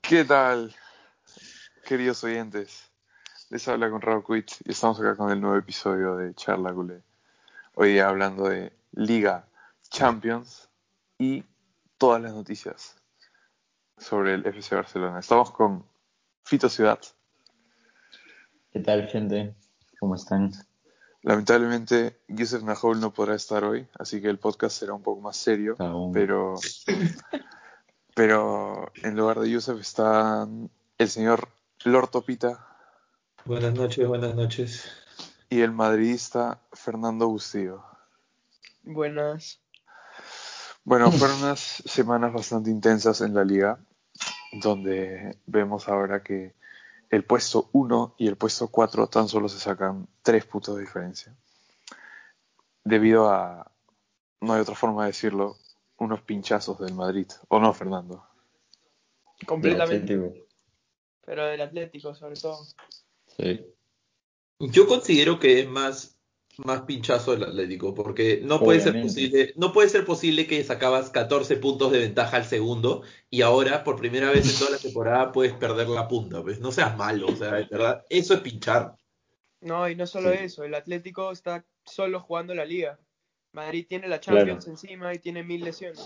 ¿Qué tal, queridos oyentes? Les habla Conrado Quit y estamos acá con el nuevo episodio de Charla Culé. Hoy día hablando de Liga Champions y todas las noticias sobre el FC Barcelona. Estamos con Fito Ciudad. ¿Qué tal, gente? ¿Cómo están? Lamentablemente, Yusef Nahol no podrá estar hoy, así que el podcast será un poco más serio, Aún. pero, pero en lugar de Yusef está el señor Lord Topita Buenas noches, buenas noches. y el madridista Fernando Bustillo. Buenas. Bueno, fueron unas semanas bastante intensas en la liga, donde vemos ahora que el puesto 1 y el puesto 4 tan solo se sacan 3 puntos de diferencia. Debido a, no hay otra forma de decirlo, unos pinchazos del Madrid. ¿O no, Fernando? Completamente. El Atlético. Pero del Atlético, sobre todo. Sí. Yo considero que es más, más pinchazo el Atlético, porque no puede, ser Obviamente. posible, no puede ser posible que sacabas 14 puntos de ventaja al segundo y ahora por primera vez en toda la temporada puedes perder la punta. Pues no seas malo, o sea, de verdad, eso es pinchar. No, y no solo Sí. eso. El Atlético está solo jugando la Liga. Madrid tiene la Champions Claro. encima y tiene mil lesiones.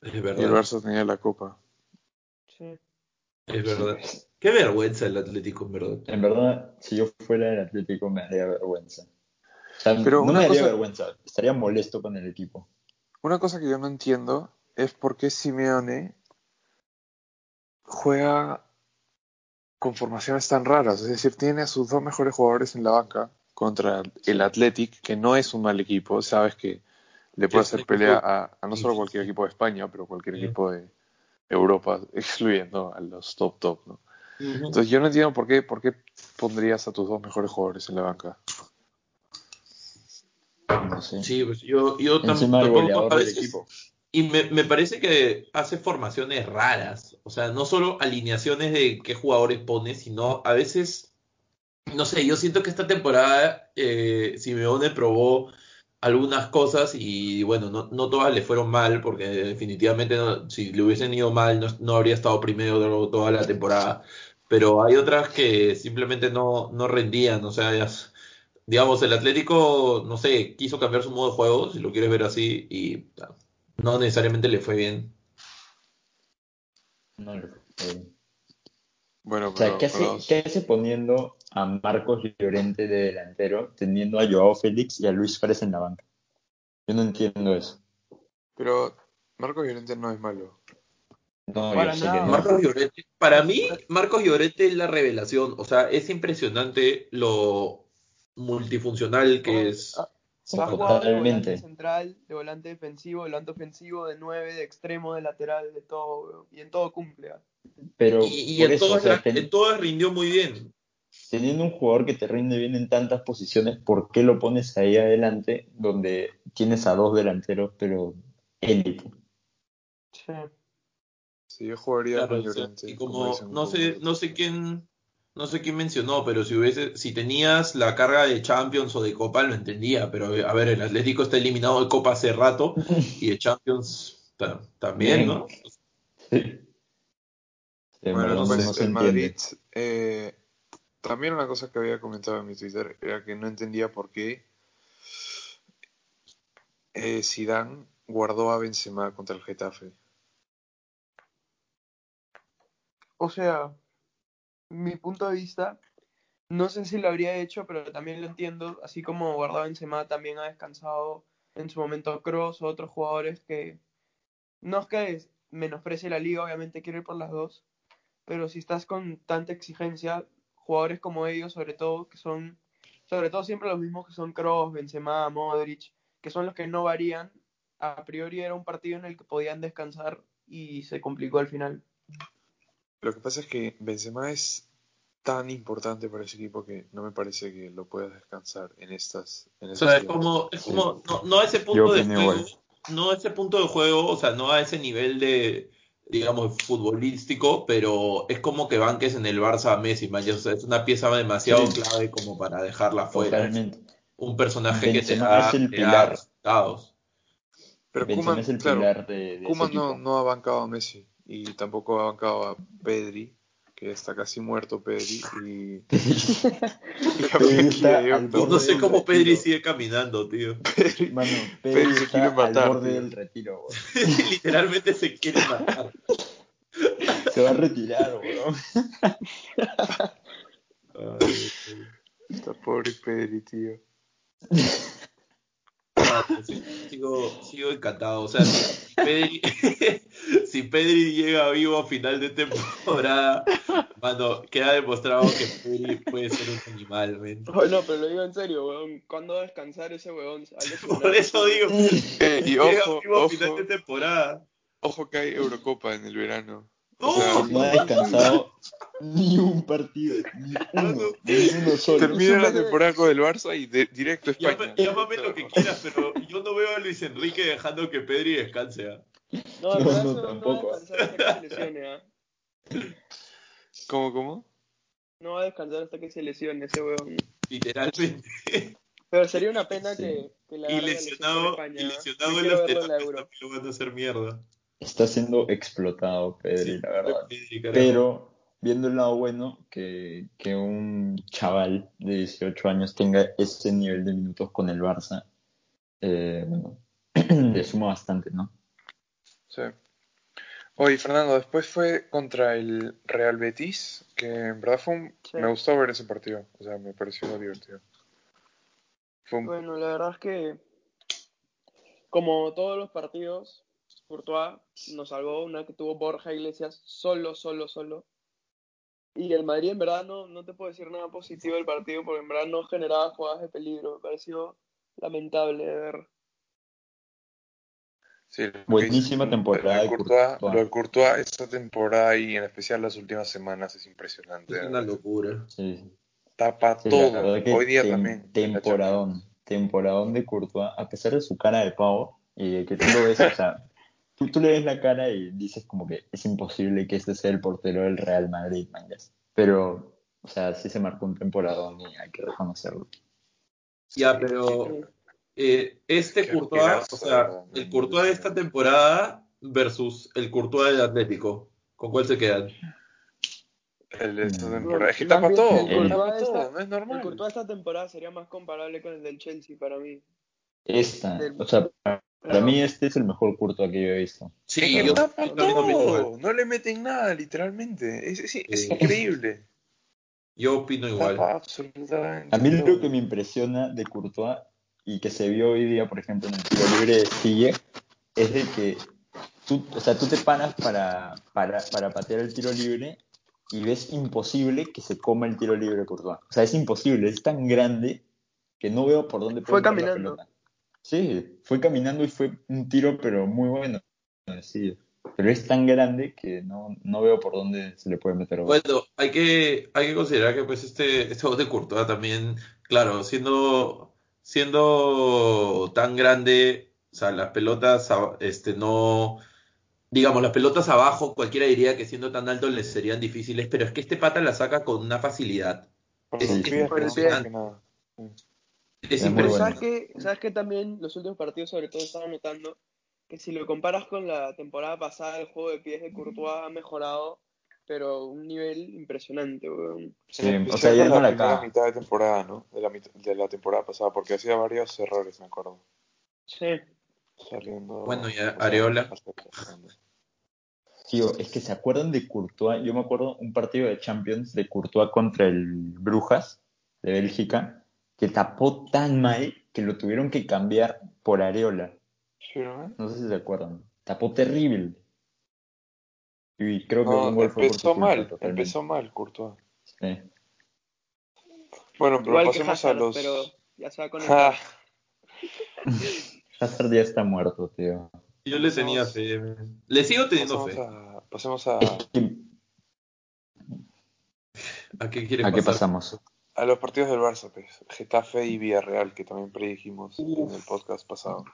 Es Y el verdad. Barça tenía la copa. Sí. Es verdad. Qué vergüenza el Atlético, en verdad. En verdad, si yo fuera del Atlético me daría vergüenza. O sea, Pero no una me daría cosa- vergüenza, estaría molesto con el equipo. Una cosa que yo no entiendo es por qué Simeone juega con formaciones tan raras. Es decir, tiene a sus dos mejores jugadores en la banca contra el Athletic, que no es un mal equipo. Sabes que le puede Es Este hacer un equipo- pelea a, a no solo Sí. cualquier equipo de España, pero cualquier Sí. equipo de Europa, excluyendo a los top top. ¿no? Entonces yo no entiendo por qué, por qué pondrías a tus dos mejores jugadores en la banca. No sé. Sí, pues yo, yo tam- Encima el tampoco me goleador del parece- equipo. Y me, me parece que hace formaciones raras. O sea, no solo alineaciones de qué jugadores pone, sino a veces, no sé, yo siento que esta temporada eh, Simeone probó algunas cosas y bueno, no, no todas le fueron mal, porque definitivamente no- si le hubiesen ido mal no, no habría estado primero toda la temporada. Pero hay otras que simplemente no, no rendían. O sea, ellas- digamos, el Atlético, no sé, quiso cambiar su modo de juego, si lo quieres ver así, y puta, no necesariamente le fue bien. No le- eh, Bueno, O pero, sea, ¿qué hace, pero- qué hace poniendo a Marcos Llorente de delantero, teniendo a Joao Félix y a Luis Suárez en la banca? Yo no entiendo eso. pero Marco Llorente no es malo. No, Para yo sé nada. que no. Marcos Llorente, para mí, Marcos Llorente es la revelación, o sea, es impresionante lo multifuncional que es. Ah, Sí, Ha jugado de volante totalmente. central, de volante defensivo, de volante ofensivo, de nueve, de extremo, de lateral, de todo. weón. Y en todo cumple. ¿ah? Pero Y, y por en, eso, o todas sea, las- ten- en todas rindió muy bien. teniendo un jugador que te rinde bien en tantas posiciones, ¿por qué lo pones ahí adelante donde tienes a dos delanteros, pero élite? Sí. Si yo jugaría Claro, con o sea, Llorente. y como como dicen, no como sé, Llorente. no sé quién, no sé quién mencionó, pero si hubiese, si tenías la carga de Champions o de Copa, lo entendía, pero a ver, el Atlético está eliminado de Copa hace rato y de Champions ta- también, Bien. ¿no? Bueno, Eh, no, pues no se el entiende. Madrid, eh, también una cosa que había comentado en mi Twitter era que no entendía por qué eh, Zidane guardó a Benzema contra el Getafe. O sea, mi punto de vista, no sé si lo habría hecho, pero también lo entiendo, así como guardado Benzema también ha descansado en su momento Cross o otros jugadores que no es que es- menosprecie la liga, obviamente quiero ir por las dos, pero si estás con tanta exigencia, jugadores como ellos, sobre todo, que son, sobre todo siempre los mismos que son Cross, Benzema, Modric, que son los que no varían, a priori era un partido en el que podían descansar y se complicó al final. Lo que pasa es que Benzema es tan importante para ese equipo que no me parece que lo puedas descansar en estas. En O estos sea, es tiempos. como, es como no, no a ese punto Yo de opino juego, igual. no a ese punto de juego, o sea, no a ese nivel de, digamos, futbolístico, pero es como que banques en el Barça a Messi, man, ya, o sea, es una pieza demasiado Sí. clave como para dejarla fuera. Es Totalmente. un personaje que te Benzema da, es el te da pilar. resultados. Pero Benzema Koeman, es el claro, pilar de, de ese Koeman no, equipo. no ha bancado a Messi y tampoco ha bancado a Pedri, que está casi muerto Pedri, y, y a Pedri está Frenkie de Jong al también. No sé cómo Pedri Tranquilo. sigue caminando, tío. Mano, Pedri Pedri se está quiere al matar, borde tío. del retiro, weón. Literalmente se quiere matar. Se va a retirar, weón. Ay, ay. Está pobre Pedri, tío. Ah, sí, sigo, sigo encantado. O sea, si Pedri, si Pedri llega vivo a final de temporada, mano, queda demostrado que Pedri puede ser un animal, men. Oh, no, pero lo digo en serio, weón. ¿Cuándo va a descansar ese weón? Alex Por Morales. eso digo, Eh, y llega ojo, vivo a final ojo, de temporada. ojo que hay Eurocopa en el verano. ¡No! O sea, No ha descansado ni un partido, ni uno, ni uno solo. Termina la Eso me- temporada con el Barça y de- directo a España. Llama- Llámame lo que quieras, pero yo no veo a Luis Enrique dejando que Pedri descanse. ¿ah? No, en No, verdad no, ese weón no, tampoco. va a descansar hasta que se lesione, ¿ah? ¿Cómo, cómo? No va a descansar hasta que se lesione ese weón. Literalmente. Pero sería una pena Sí. que, que le Y agarre la lesión en lesionado, España. y ¿ah? lesionado Yo en quiero los verlo en la Euro. lo van a hacer mierda. Está siendo explotado, Pedri, Sí, la verdad. Pedri, carajo. Pero viendo el lado bueno, que, que un chaval de 18 años tenga ese nivel de minutos con el Barça, eh, bueno, le suma bastante, ¿no? Sí. Oye, Fernando, después fue contra el Real Betis, que en verdad fue un... Sí. Me gustó ver ese partido, o sea, me pareció divertido. Fue un... Bueno, la verdad es que, como todos los partidos, Courtois nos salvó una que tuvo Borja Iglesias solo, solo, solo. Y el Madrid, en verdad, no, no te puedo decir nada positivo del partido, porque en verdad no generaba jugadas de peligro. Me pareció lamentable de ver. sí, lo que Buenísima hizo- temporada lo de de Courtois, Courtois. Lo de Courtois esta temporada y en especial las últimas semanas es impresionante. Es una locura. Sí, Tapa sí, la todo, verdad que hoy día tem- también. en la Temporadón, temporadón de Courtois, a pesar de su cara de pavo, y de que tú lo ves, o sea, tú, tú le ves la cara y dices como que es imposible que este sea el portero del Real Madrid, mangas. Pero, o sea, sí se marcó un temporadón y hay que reconocerlo. Ya, Sí, Oh. pero sí. eh, este Qué Courtois, arquerazo, o sea, ¿verdad? el Courtois de esta temporada versus el Courtois del Atlético, ¿con cuál se quedan? Champions. El de esta Mm. temporada. Es que Más tapa bien, todo, el güey, Courtois tapa está- todo, no es El normal. Courtois esta temporada sería más comparable con el del Chelsea para mí. Esta, o sea, para, para mí este es el mejor Courtois que yo he visto. Es Sí, que yo- tapa yo también opino todo, igual. no le meten nada, literalmente. Es, es- es Sí. increíble. Yo opino igual. Tapa absolutamente A mí todo. lo que me impresiona de Courtois y que se vio hoy día, por ejemplo, en el tiro libre de Sille, es de que tú, o sea, tú te paras para, para, para patear el tiro libre y ves imposible que se coma el tiro libre de Courtois. O sea, es imposible, es tan grande que no veo por dónde puede Fue entrar la caminando. pelota. Sí, fue caminando y fue un tiro, pero muy bueno. Sí, pero es tan grande que no, no veo por dónde se le puede meter. gol. Bueno, hay que, hay que considerar que pues este, este gol de Courtois también, claro, siendo, siendo tan grande, o sea, las pelotas, a- este, no, digamos, las pelotas abajo, cualquiera diría que siendo tan alto les serían difíciles, pero es que este pata la saca con una facilidad. Por Es- los es pies, pero impresionante. más que nada. Es Es muy Pero impresionante. bueno. ¿sabes que ¿Sabes qué también los últimos partidos sobre todo estaba notando? Que si lo comparas con la temporada pasada, el juego de pies de Courtois ha mejorado, pero a un nivel impresionante, weón. Sí, En o sea, especial ya en no la la primera caga. mitad de temporada, ¿no? De la, mit- de la temporada pasada, porque hacía varios errores, me acuerdo. Sí. Saliendo. Bueno, y o sea, Areola. Tío, es que se acuerdan de Courtois. Yo me acuerdo un partido de Champions de Courtois contra el Brujas de Bélgica que tapó tan mal que lo tuvieron que cambiar por Areola. ¿Sí, no? No sé si se acuerdan. Tapó terrible. Y creo que un No, gol fue por su empezó culpa mal, totalmente. empezó mal, Courtois. Sí. Bueno, pero Igual que pasemos a Hazard, los. pero ya se va con el... Ah, Hazard ya está muerto, tío. Yo le tenía Pasamos- fe. man. Le sigo teniendo pasemos, fe. a, pasemos a, Es que- ¿A qué quieres ¿A qué pasar? pasamos? a los partidos del Barça, pues. Getafe y Villarreal, que también predijimos en el podcast pasado.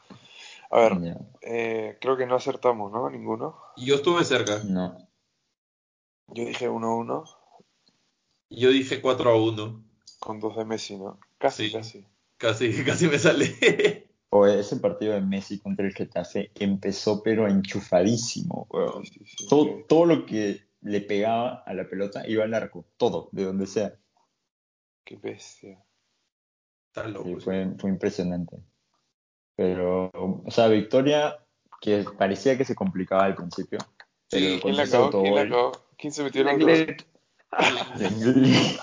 A ver, Ya, eh, creo que no acertamos, ¿no? Ninguno. Yo estuve cerca. No. Yo dije 1-1 Yo dije 4 a 1. con dos de Messi, ¿no? Casi, Sí. casi. Casi, casi me sale. O ese partido de Messi contra el Getafe empezó pero enchufadísimo. weón. Sí, sí, Todo, todo lo que le pegaba a la pelota iba al arco, todo, de donde sea. Qué bestia. Está pues, Sí, loco. fue, fue impresionante. Pero, o sea, victoria que parecía que se complicaba al principio. Sí, Pero con ¿quién ¿Quién la ese acabó? ¿Quién la autogol, acabó? ¿Quién se metió en el gol? Lenglet. Lenglet.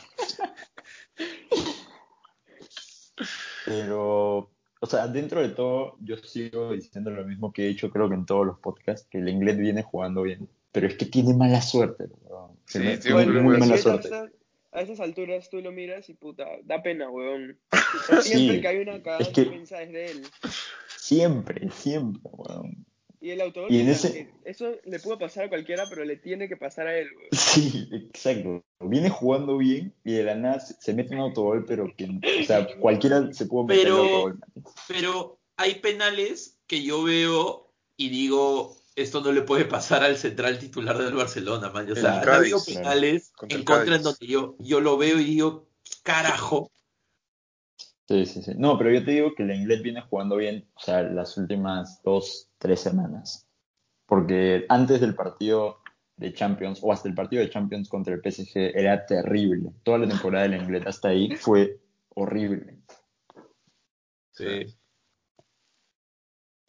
Pero, o sea, dentro de todo, yo sigo diciendo lo mismo que he hecho, creo que en todos los podcasts, que el inglés viene jugando bien. Pero es que tiene mala suerte, weón. Se Sí, me- tiene muy, muy muy buena mala sí, suerte. a esas- A esas alturas tú lo miras y puta, da pena, weón. O sea, siempre Sí, que hay una cagada es que- en defensa es de él. Siempre, siempre, weón. Y el autor Y en ese- eso le pudo pasar a cualquiera, pero le tiene que pasar a él, weón. Sí, exacto. Viene jugando bien y de la nada se se mete un autogol, pero que, o sea, cualquiera se pudo meter Pero- un autogol. Pero hay penales que yo veo y digo, esto no le puede pasar al central titular del Barcelona, man. O El sea, han Cádiz, habido claro. penales Contra en el contra en Cádiz. donde yo, yo lo veo y digo, carajo. Sí, sí, sí. No, pero yo te digo que el inglés viene jugando bien, o sea, las últimas dos, tres semanas. Porque antes del partido de Champions, o hasta el partido de Champions contra el PSG, era terrible. Toda la temporada del inglés hasta ahí fue horrible. Sí.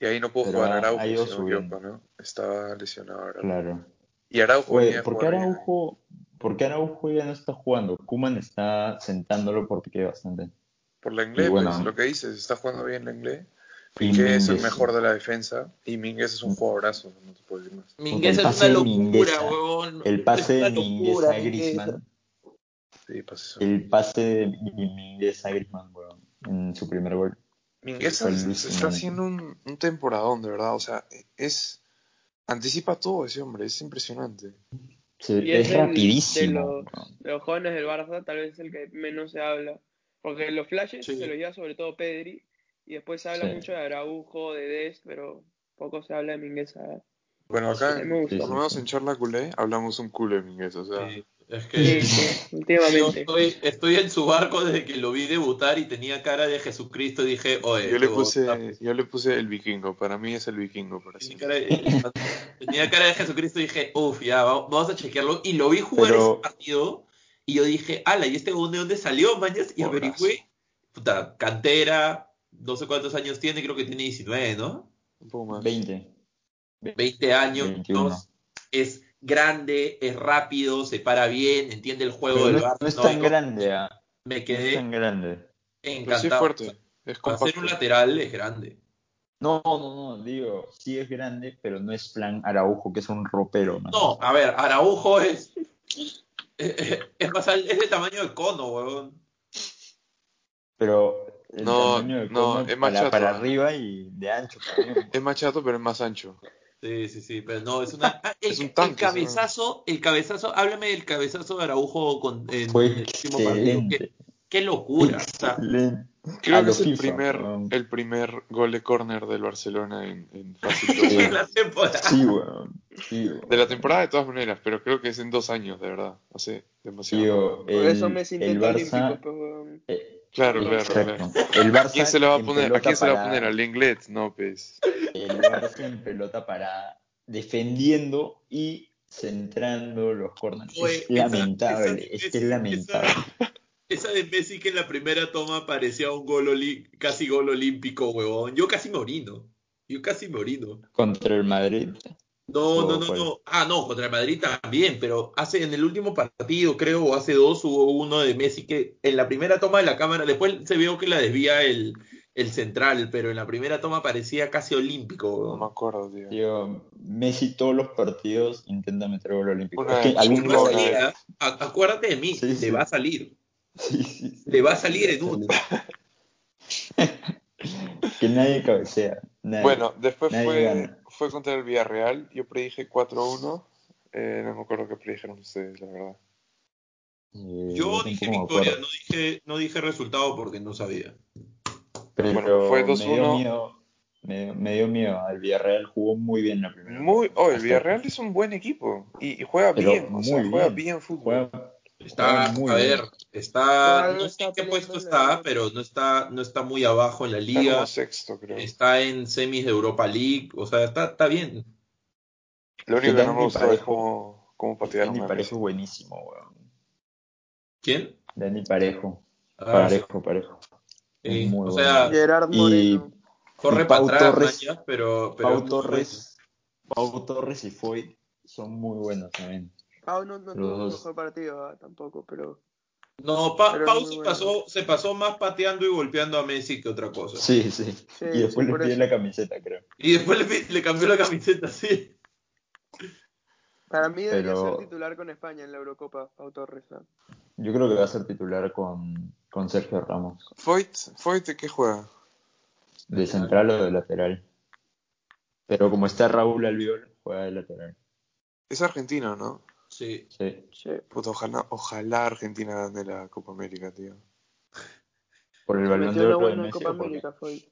Y ahí no pudo Pero jugar ha- Araujo, ha ido si no me subiendo. equivoco, ¿no? Estaba lesionado Araujo. Claro. Y Araujo venía Oye, a ¿por qué jugar bien. Araujo, por qué Araujo ya no está jugando? Kuman está sentándolo por Piqué bastante. Por la inglés, Y bueno. pues, lo que dices, está jugando bien la inglés. Y Piqué es el Mingueza. mejor de la defensa. Y Minguez es un jugadorazo, no te puedo decir más. Mingueza El es una pase de locura, Mingueza. huevón. El pase Es una de locura, Mingueza a Griezmann, Sí, pasa eso. el pase de Minguez a Griezmann, weón, en su primer gol. Minguez Fue es- Luis está Jiménez. haciendo un, un temporadón, de verdad. O sea, es. Anticipa todo ese hombre, es impresionante. Se- Y es es el- rapidísimo. de los- weón. De los jóvenes del Barça, tal vez es el que menos se habla. Porque los flashes Sí. se los lleva sobre todo Pedri. Y después se habla Sí. mucho de Araujo, de Dest, pero poco se habla de Mingueza. ¿eh? Bueno, acá, Me gusta. Sí, por sí, lo menos sí. en charla culé, hablamos un culo de Minguez. O sea, Sí, es Sí, que sí, yo últimamente. estoy, estoy en su barco desde que lo vi debutar y tenía cara de Jesucristo y dije, oye, yo, le tú, puse, yo le puse el vikingo. Para mí es el vikingo. Para Tenía siempre. cara, de, tenía cara de Jesucristo y dije, uff, ya, va- vamos a chequearlo. Y lo vi jugar Pero- ese partido y yo dije, ala, ¿y este huevón de dónde salió, mañas? Y Porrazo. averigüé, puta, cantera, no sé cuántos años tiene, creo que tiene 19, ¿no? Un poco más. 20. 20 años, 21. es grande, es rápido, se para bien, entiende el juego Pero del no, Barça. no es ¿no? tan Yo grande, ah, Me no es quedé tan grande. Pero sí es encantado. fuerte. Es Para ser compacto. un lateral es grande. No, no, no, digo, sí es grande, pero no es plan Araujo, que es un ropero, man. No, a ver, Araujo es. Es, más al- es del tamaño de cono, huevón. Pero el No, tamaño de no, Como es más para, chato. para arriba y de ancho también. Es más chato, pero es más ancho. Sí, sí, sí, pero no, es una. ah, el, Es un tanque, el cabezazo, el cabezazo, háblame del cabezazo de Araujo con, en Fue el último partido. Qué, excelente. qué locura. o sea, excelente. Creo A que lo es el um. FIFA, primer, weón. el primer gol de córner del Barcelona en, en fase Sí. en la temporada. Sí, weón. Sí, weón. De la temporada de todas maneras, pero creo que es en dos años, de verdad. Hace demasiado. Tío, Por el- eso Messi el intenta Barça. olímpico, pues, weón. eh, Claro, claro, claro. exacto. El Barça. ¿A quién se la va a en poner? ¿A pelota quién se la va a parada- poner? ¿Al Inglés? No, pues. El Barça en pelota parada, defendiendo y centrando los corners. Oye, es esa- lamentable, esa- es que es lamentable. Esa de Messi que en la primera toma parecía un gol oli- casi gol olímpico, huevón. Yo casi me orino. Yo casi me orino. Contra el Madrid. No, no, ¿O no, cuál? no. Ah, no, contra el Madrid también, pero hace en el último partido, creo, o hace dos, hubo uno de Messi que en la primera toma de la cámara, después se vio que la desvía el, el central, pero en la primera toma parecía casi olímpico. No weón. me acuerdo, tío. Tío, Messi todos los partidos intenta meter gol olímpico. Una es vez, que algún una Va a gol. salir, vez. ¿ah? A- Acuérdate de mí, Sí, sí. le va a salir. Sí, sí, sí. Le va a salir en una. Que nadie cabecea. nadie. Bueno, después Nadie fue, gana. fue contra el Villarreal. Yo predije 4-1. Eh, no me acuerdo qué predijeron ustedes, la verdad. Eh, Yo tampoco dije me victoria, acuerdo. no dije, no dije resultado porque no sabía. Pero Bueno, fue me dio 2-1. miedo. Me, me dio miedo. El Villarreal jugó muy bien la primera. Muy, oh, el Hasta- Villarreal es un buen equipo y, y juega Pero bien, o sea, muy juega bien. bien fútbol. Juega- Está, Muy a bien. ver, está, Algo no sé está en qué peleando puesto en la está, Europa. pero no está, no está muy abajo en la Está liga. como sexto, creo. Está en semis de Europa League, o sea, está, está bien. Lo único que que no me Andy gustó es Parejo- cómo, cómo patearon Dani a Parejo Messi. es buenísimo, weón. ¿Quién? Dani Parejo. Ah, Parejo, parejo. sí. es muy o bueno. sea, Gerard Y- Moreno. corre y para Pau atrás, Torres- mañas, pero, pero es Pau muy Torres, Pau Torres y Foy son muy buenos también. Ah, Pau no, Los no tuvo su dos. mejor partido ah, tampoco, pero bueno. No, Pa- Pero es Pau muy se, bueno. pasó, se pasó más pateando y golpeando a Messi que otra cosa. Sí, sí. Sí, y después sí, le por pide eso. la camiseta, creo. Y después le, le cambió la camiseta, sí. para mí debería Pero- ser titular con España en la Eurocopa, Pau Torres. ah. Yo creo que va a ser titular con, con Sergio Ramos. Foyt, Foyt, ¿de qué juega? De central o de lateral. Pero como está Raúl Albiol, juega de lateral. Es argentino, ¿no? Sí. Sí. Sí. Puta, ojalá, ojalá Argentina gane la Copa América, tío. Por el Se balón metió de una oro de buena Messi. Copa o por- América, fue.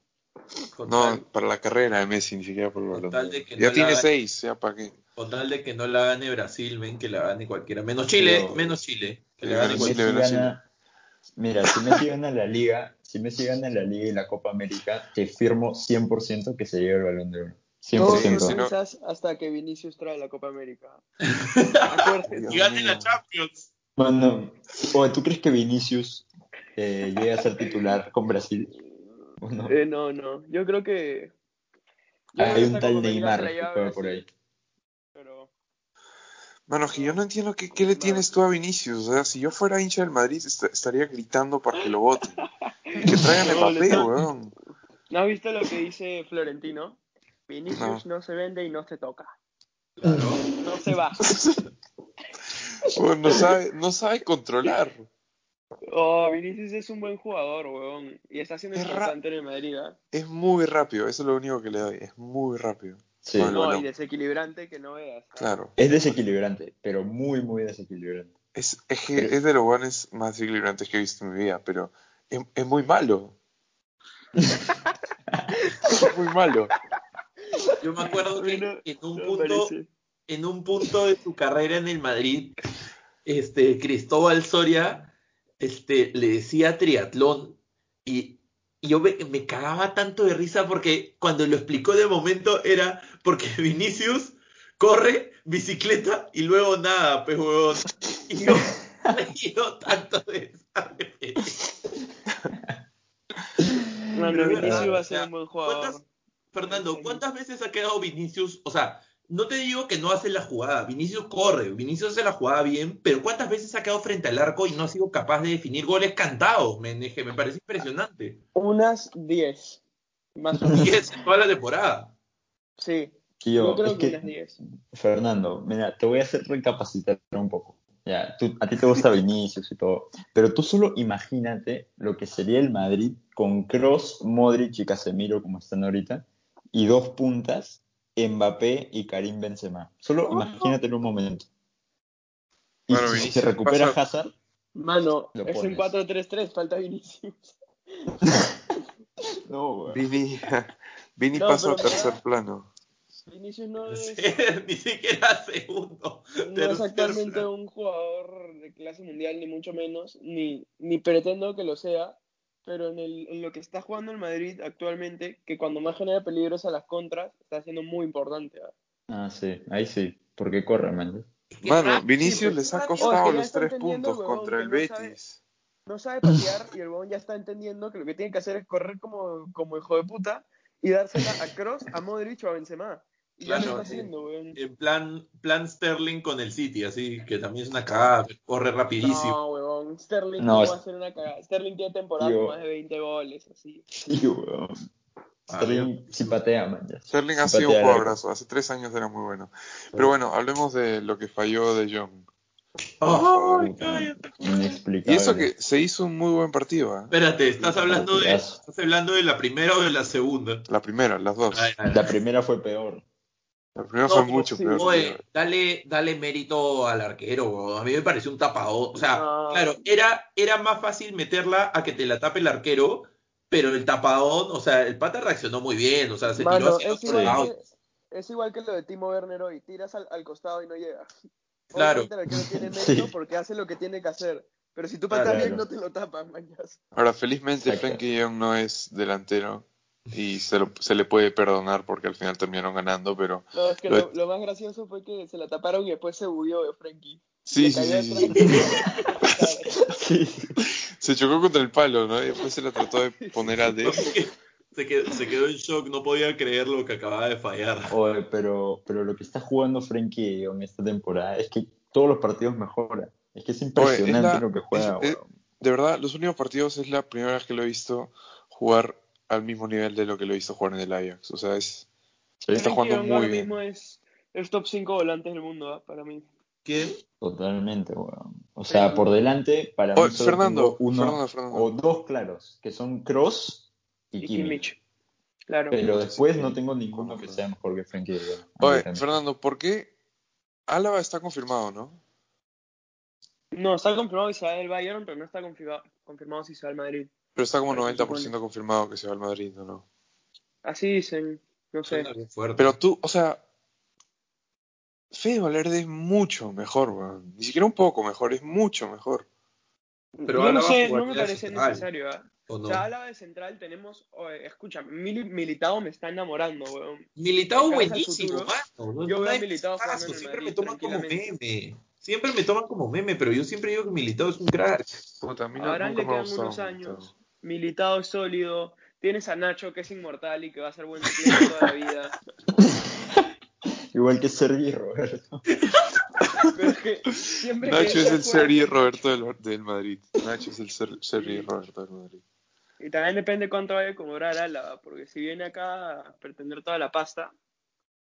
Con, No, tal, para la carrera de Messi, ni siquiera por el Con balón. tal de de oro. que ya no tiene la- seis, ya para qué. con tal de que no la gane Brasil, ven que la gane cualquiera. Menos Chile, Pero- menos Chile. Que Sí, la gane menos Messi cualquiera. Chile. Brasil. gana- Mira, si Messi gana la liga, si Messi gana la liga y la Copa América, te firmo 100% que se lleva el balón de oro. 100%. Todos Sí, sí, no. optimistas hasta que Vinicius trae la Copa América. Acuérdense. Dios Y gane mío. la Champions. Mano, oye, ¿tú crees que Vinicius eh, llegue a ser titular con Brasil? ¿O no? Eh, no, no. Yo creo que. yo creo que Hay un esta tal Copa América se Neymar la que lleva juega por Brasil, ahí. Pero Mano, que yo no entiendo qué, qué le No. tienes tú a Vinicius. O sea, si yo fuera hincha del Madrid, est- estaría gritando para que lo voten. Que traigan el No, le papel, están- weón. ¿No has visto lo que dice Florentino? Vinicius no, se vende y no se toca. Claro. No se va. Weón, no sabe, no sabe controlar. Oh, Vinicius es un buen jugador, weón. Y está siendo Es ra- importante en el Madrid, ¿ah? Es muy rápido, eso es lo único que le doy. Es muy rápido. Sí. Con el No, balón. y desequilibrante que no veas. ¿ah? Claro. Es desequilibrante, pero muy, muy desequilibrante. Es, es, que Pero- es de los guanes más desequilibrantes que he visto en mi vida, pero es, es muy malo. es muy malo. Yo me acuerdo que Mira, en un No me punto, parece. en un punto de su carrera en el Madrid, este Cristóbal Soria este, le decía triatlón y y yo me, me cagaba tanto de risa porque cuando lo explicó de momento era porque Vinicius corre, bicicleta y luego nada, pues huevón. Y yo me dio tanto de esa. Mano, Pero es Vinicius verdad, va a o sea, ser un buen ¿Cuántas, jugador. Fernando, ¿cuántas veces ha quedado Vinicius? O sea, no te digo que no hace la jugada. Vinicius corre, Vinicius hace la jugada bien, pero ¿cuántas veces ha quedado frente al arco y no ha sido capaz de definir goles cantados? Me, me me parece impresionante. Unas 10. Más o menos. Y es toda la temporada. Sí, Tío, yo creo es que, unas que, 10. Fernando, mira, te voy a hacer recapacitar un poco. Ya, tú- a ti te gusta Vinicius y todo, pero tú solo imagínate lo que sería el Madrid con Kroos, Modric y Casemiro como están ahorita, y dos puntas, Mbappé y Karim Benzema. Solo imagínatelo un momento. Y Bueno, si se Vinicius, recupera pasa- Hazard, Mano, Lo es un pones. 4-3-3, falta Vinicius. no, güey. Vini, Vini No, pasa a pero me da- tercer plano. Vinicius no No es, sé, Ni siquiera segundo. no tercer es actualmente plan. un jugador de clase mundial, ni mucho menos, ni, ni pretendo que lo sea, pero en, el, en lo que está jugando el Madrid actualmente, que cuando más genera peligros a las contras, está siendo muy importante. ¿ah? Ah, sí, ahí sí, porque corre, man. ¿Qué Mano, más? Vinicius pues, les ha rápido. costado Oh, es que ya los está tres entendiendo, puntos huevón, contra que el no sabe- Betis. No sabe patear y el huevón ya está entendiendo que lo que tiene que hacer es correr como, como hijo de puta y dársela a Cross, a Modric o a Benzema. Y ya Claro, lo está sí. haciendo, weón. En plan, plan Sterling con el City, así que también es una cagada. Corre rapidísimo. No, huevón. Sterling No, no, es- va a hacer una cagada. Sterling tiene temporada Tío. con más de 20 goles, así. Sí, weón. Ah, Sterling sí patea, man. ya. Sterling ha Sí sido un patea al arco. jugadorazo, hace tres años era muy bueno. Pero bueno, hablemos de lo que falló de Jong. Oh, Puta, cállate. Y Inexplicable. eso que se hizo un muy buen partido, ¿ah? Espérate, ¿estás hablando, de, Partidazo. ¿estás hablando de la primera o de la segunda? La primera, las dos. Ay, ay, La primera fue peor. La primera No, fue pero mucho sí, peor. Oye, eh, dale, dale mérito al arquero, bro. a mí me pareció un tapado. O sea, No. claro, era, era más fácil meterla a que te la tape el arquero, pero el tapadón, o sea, el pata reaccionó muy bien, o sea, se tiró Mano, hacia el es otro igual, lado. que, es igual que lo de Timo Werner hoy. Tiras al, al costado y no llegas. Claro. Obviamente el arquero tiene mérito Sí. porque hace lo que tiene que hacer. Pero si tú Claro, pateas bien, claro. no te lo tapan, mañas. Ahora, felizmente Exacto. Frankie Young no es delantero y se, lo- se le puede perdonar porque al final terminaron ganando, pero No, es que Lo- lo, lo más gracioso fue que se la taparon y después se huyó de Frankie. sí, Le sí, cayó sí, sí, atrás. Sí, sí. Se chocó contra el palo, ¿no? Y después se la trató de poner a D. Se quedó, se quedó en shock, no podía creer lo que acababa de fallar. Oye, pero, pero lo que está jugando Frenkie en esta temporada es que todos los partidos mejoran. Es que es impresionante la- lo que juega. es- es- weón. De verdad, los últimos partidos es la primera vez que lo he visto jugar al mismo nivel de lo que lo he visto jugar en el Ajax. O sea, es... Está Frankie jugando Young muy ahora bien. mismo es el top 5 volantes del mundo, ¿ah? para mí. ¿Quién? Totalmente, weón. O sea, por delante, para Oh, mí solo Fernando, tengo uno Fernando, Fernando. o dos claros, que son Cross y, Y Kimmich. Eh, Kimmich. Claro. Pero después no Sí. tengo ninguno que sea mejor que Frenkie. de Jong. Oye, Honestamente. Fernando, ¿por qué Álava está confirmado, no? No, está confirmado que se va del Bayern, pero no está confirma- confirmado si se va al Madrid. Pero está como Ay, 90% confirmado que se va al Madrid, ¿no? no? Así dicen, no sé. Suena bien fuerte. Pero tú, o sea, Fede Valverde es mucho mejor, weón. Ni siquiera un poco mejor, es mucho mejor. Pero no lo Álava sé, no jugaría me de parece central. necesario. ¿ah? ¿O no? O sea, Álava de central tenemos. oh, eh, escucha, Mil- Militao me está enamorando, weón. Militao Alcanza el buenísimo, futuro. mano. No- Yo no veo a hay Militao Ah, jugando caso, en el Siempre me Madrid toman como tranquilamente. meme. Siempre me toman como meme, pero yo siempre digo que Militao es un crack. Puta, a mí no- A Varane nunca le me ha quedan gustado unos mucho. años. Militao es sólido. Tienes a Nacho que es inmortal y que va a ser buen suplente toda la vida. Igual que Sergi Roberto. Pero es que siempre que Nacho es entra el juega- Sergi Roberto del, del Madrid. Nacho es el Ser- Sergi Roberto del Madrid. Y también depende cuánto vaya a cobrar Álava, porque si viene acá a pretender toda la pasta,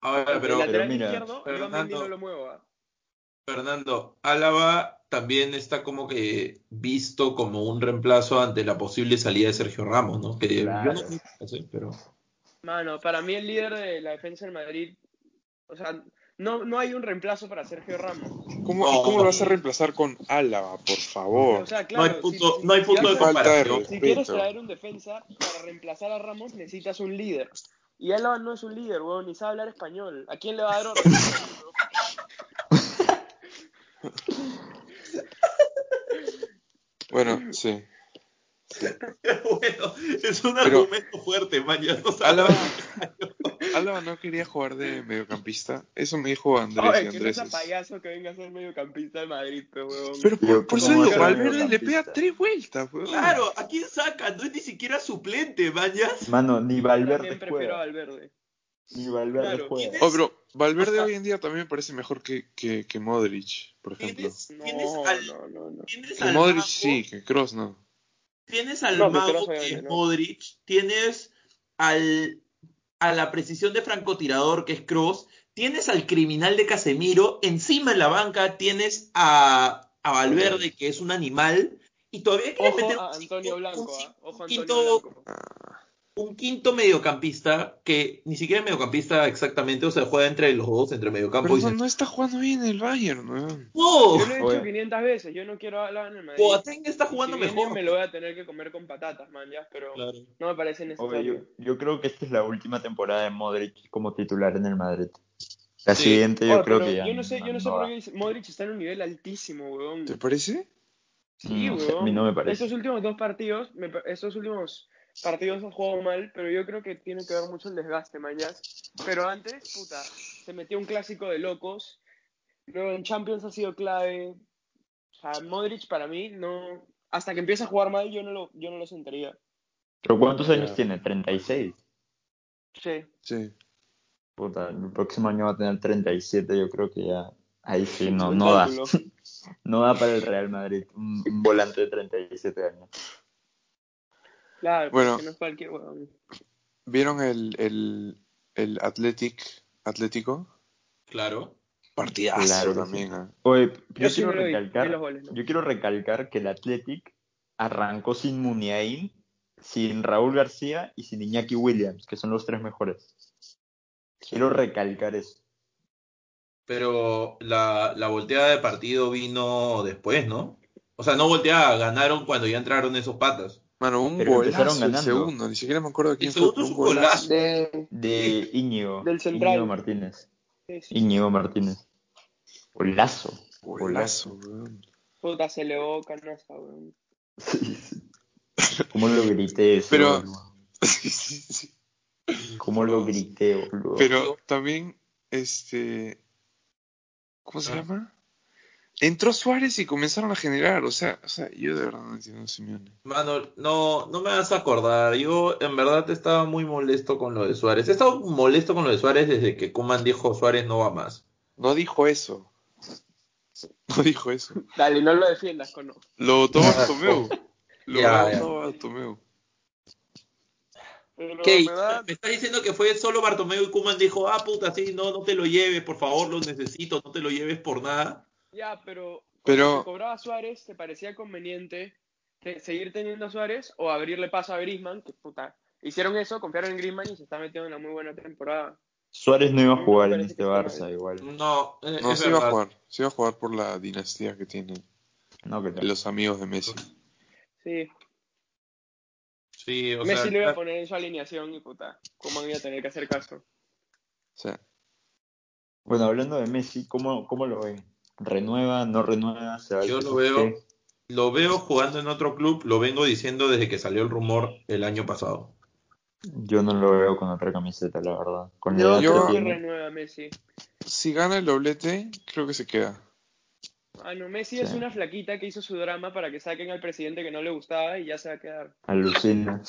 Ahora, pero el Pero lateral mira, izquierdo, yo a Mendy Fernando- no lo muevo. ¿ah? Fernando, Álava también está como que visto como un reemplazo ante la posible salida de Sergio Ramos, ¿no? Que Claro. yo no no sé, pero Mano, para mí el líder de la defensa del Madrid, o sea, no, no hay un reemplazo para Sergio Ramos. ¿Cómo, No. ¿Cómo lo vas a reemplazar con Álava, por favor? O sea, Oh, no claro, hay punto, si, no hay si punto de haces- falta de comparación. respeto. si quieres traer un defensa para reemplazar a Ramos, necesitas un líder. Y Álava no es un líder, weón, ni sabe hablar español. ¿A quién le va a dar orden? Bueno, sí. Bueno, es un Pero- argumento fuerte, man. Ya no Álava, sabes. Álava no quería jugar de mediocampista. Eso me dijo Andrés. Oye, y que no Andrés sea es- payaso que venga a ser mediocampista de Madrid, pues, pe, weón. Pero Yo, por, por eso ¿cómo digo, va a ser Valverde le pega mediocampista? tres vueltas, weón. Claro, ¿a quién saca? No es ni siquiera suplente, man. Ya. Mano, ni Valverde También prefiero juega. a Valverde. Ni Valverde Claro, juega. ¿quién es? Oh, pero Valverde Ajá. hoy en día también me parece mejor que, que, que Modric, por ejemplo. Tienes, tienes No, al, no, no, no. tienes Que al Modric mago- sí, que Cross no. Tienes al No, pero mago no que sé, es no. Modric, tienes al a la precisión de francotirador que es Cross, tienes al criminal de Casemiro, encima en la banca tienes a, a Valverde que es un animal y todavía quieres meter Ojo un a Antonio quinto- Blanco, un, ¿ah? Ojo a Antonio quinto- Blanco. un quinto mediocampista que ni siquiera es mediocampista exactamente, o sea, juega entre los dos, entre mediocampo Pero y no, centro. no está jugando bien el Bayern, weón. ¡Oh! Yo lo he dicho Oye. 500 veces, yo no quiero hablar en el Madrid. Boateng está jugando Si viene, mejor. me lo voy a tener que comer con patatas, man, ya, pero Claro. no me parece Oye, yo, necesario. yo creo que esta es la última temporada de Modric como titular en el Madrid. La Sí. siguiente yo Oye, creo pero que ya yo no sé, yo no sé va. por qué dice- Modric está en un nivel altísimo, weón. ¿Te parece? Sí, mm, No sé, weón. a mí no me parece. Estos últimos dos partidos, me pa- estos últimos partidos han jugado mal, pero yo creo que tiene que ver mucho el desgaste, mañas. Pero antes, puta, se metió un clásico de locos. Luego en Champions ha sido clave. O sea, Modric para mí no. Hasta que empieza a jugar mal, yo no lo, yo no lo sentaría. ¿Pero cuántos años Ya. tiene? 36. Sí. Sí. Puta, el próximo año va a tener 37, yo creo que ya. Ahí sí, no, Buen no da. cálculo. No da para el Real Madrid un, un volante de 37 años. Claro, Bueno. porque no es cualquier weón. ¿Vieron el, el, el Athletic, Atlético? Claro. Partidazo Claro que también. ah. Oye, yo, Yo sí quiero me lo vi, recalcar, vi los goles, ¿no? yo quiero recalcar que el Athletic arrancó sin Muniain, sin Raúl García y sin Iñaki Williams, que son los tres mejores. Quiero recalcar eso. Pero la, la volteada de partido vino después, ¿no? O sea, no volteada, ganaron cuando ya entraron esos patas. Mano, un Pero empezaron golazo el ganando. segundo. Ni siquiera me acuerdo de quién El segundo fue. pero es un golazo. golazo. De- De Íñigo. Del central. Íñigo Martínez. sí, sí. Íñigo Martínez. Golazo. Golazo, weón. Puta, se le va canasta, weón. ¿Cómo lo grité eso? Pero- boludo? ¿Cómo lo grité, boludo? Pero también, este. ¿Cómo se Ah. llama? Entró Suárez y comenzaron a generar. O sea, o sea yo de verdad no entiendo a Simeone. Mano, no, no me vas a acordar. Yo en verdad estaba muy molesto con lo de Suárez. He estado molesto con lo de Suárez desde que Kuman dijo Suárez no va más. No dijo eso. No dijo eso. Dale, no lo defiendas, cono. Lo votó Bartomeu. Lo Ya, votó Bartomeu. Pero, ¿Qué? me da- Me estás diciendo que fue solo Bartomeu y Kuman dijo, ah, puta, sí, no, no te lo lleves, por favor, lo necesito, no te lo lleves por nada. Ya, pero. Pero- Pero. cobraba Suárez, ¿te parecía conveniente te- seguir teniendo a Suárez o abrirle paso a Grisman? Que puta. Hicieron eso, confiaron en Grisman y se está metiendo en una muy buena temporada. Suárez no iba No a me jugar en parece este que esté Barça mal. igual. No, eh, No, es se iba a verdad. jugar. Se iba a jugar por la dinastía que tienen No, que no. los amigos de Messi. Sí. Sí, o Messi sea, ah. lo iba a poner en su alineación y puta. ¿Cómo iba a tener que hacer caso? O sea, Bueno, hablando de Messi, ¿cómo, cómo lo ven? ¿Renueva, no renueva? ¿Se va al Yo lo PSG? veo. lo veo jugando en otro club, lo vengo diciendo desde que salió el rumor el año pasado. Yo no lo veo con otra camiseta, la verdad. Con la No, edad yo- creo que que tiene. renueva Messi. si gana el doblete, creo que se queda. Ah, no, Messi Sí. es una flaquita que hizo su drama para que saquen al presidente que no le gustaba y ya se va a quedar. Alucina.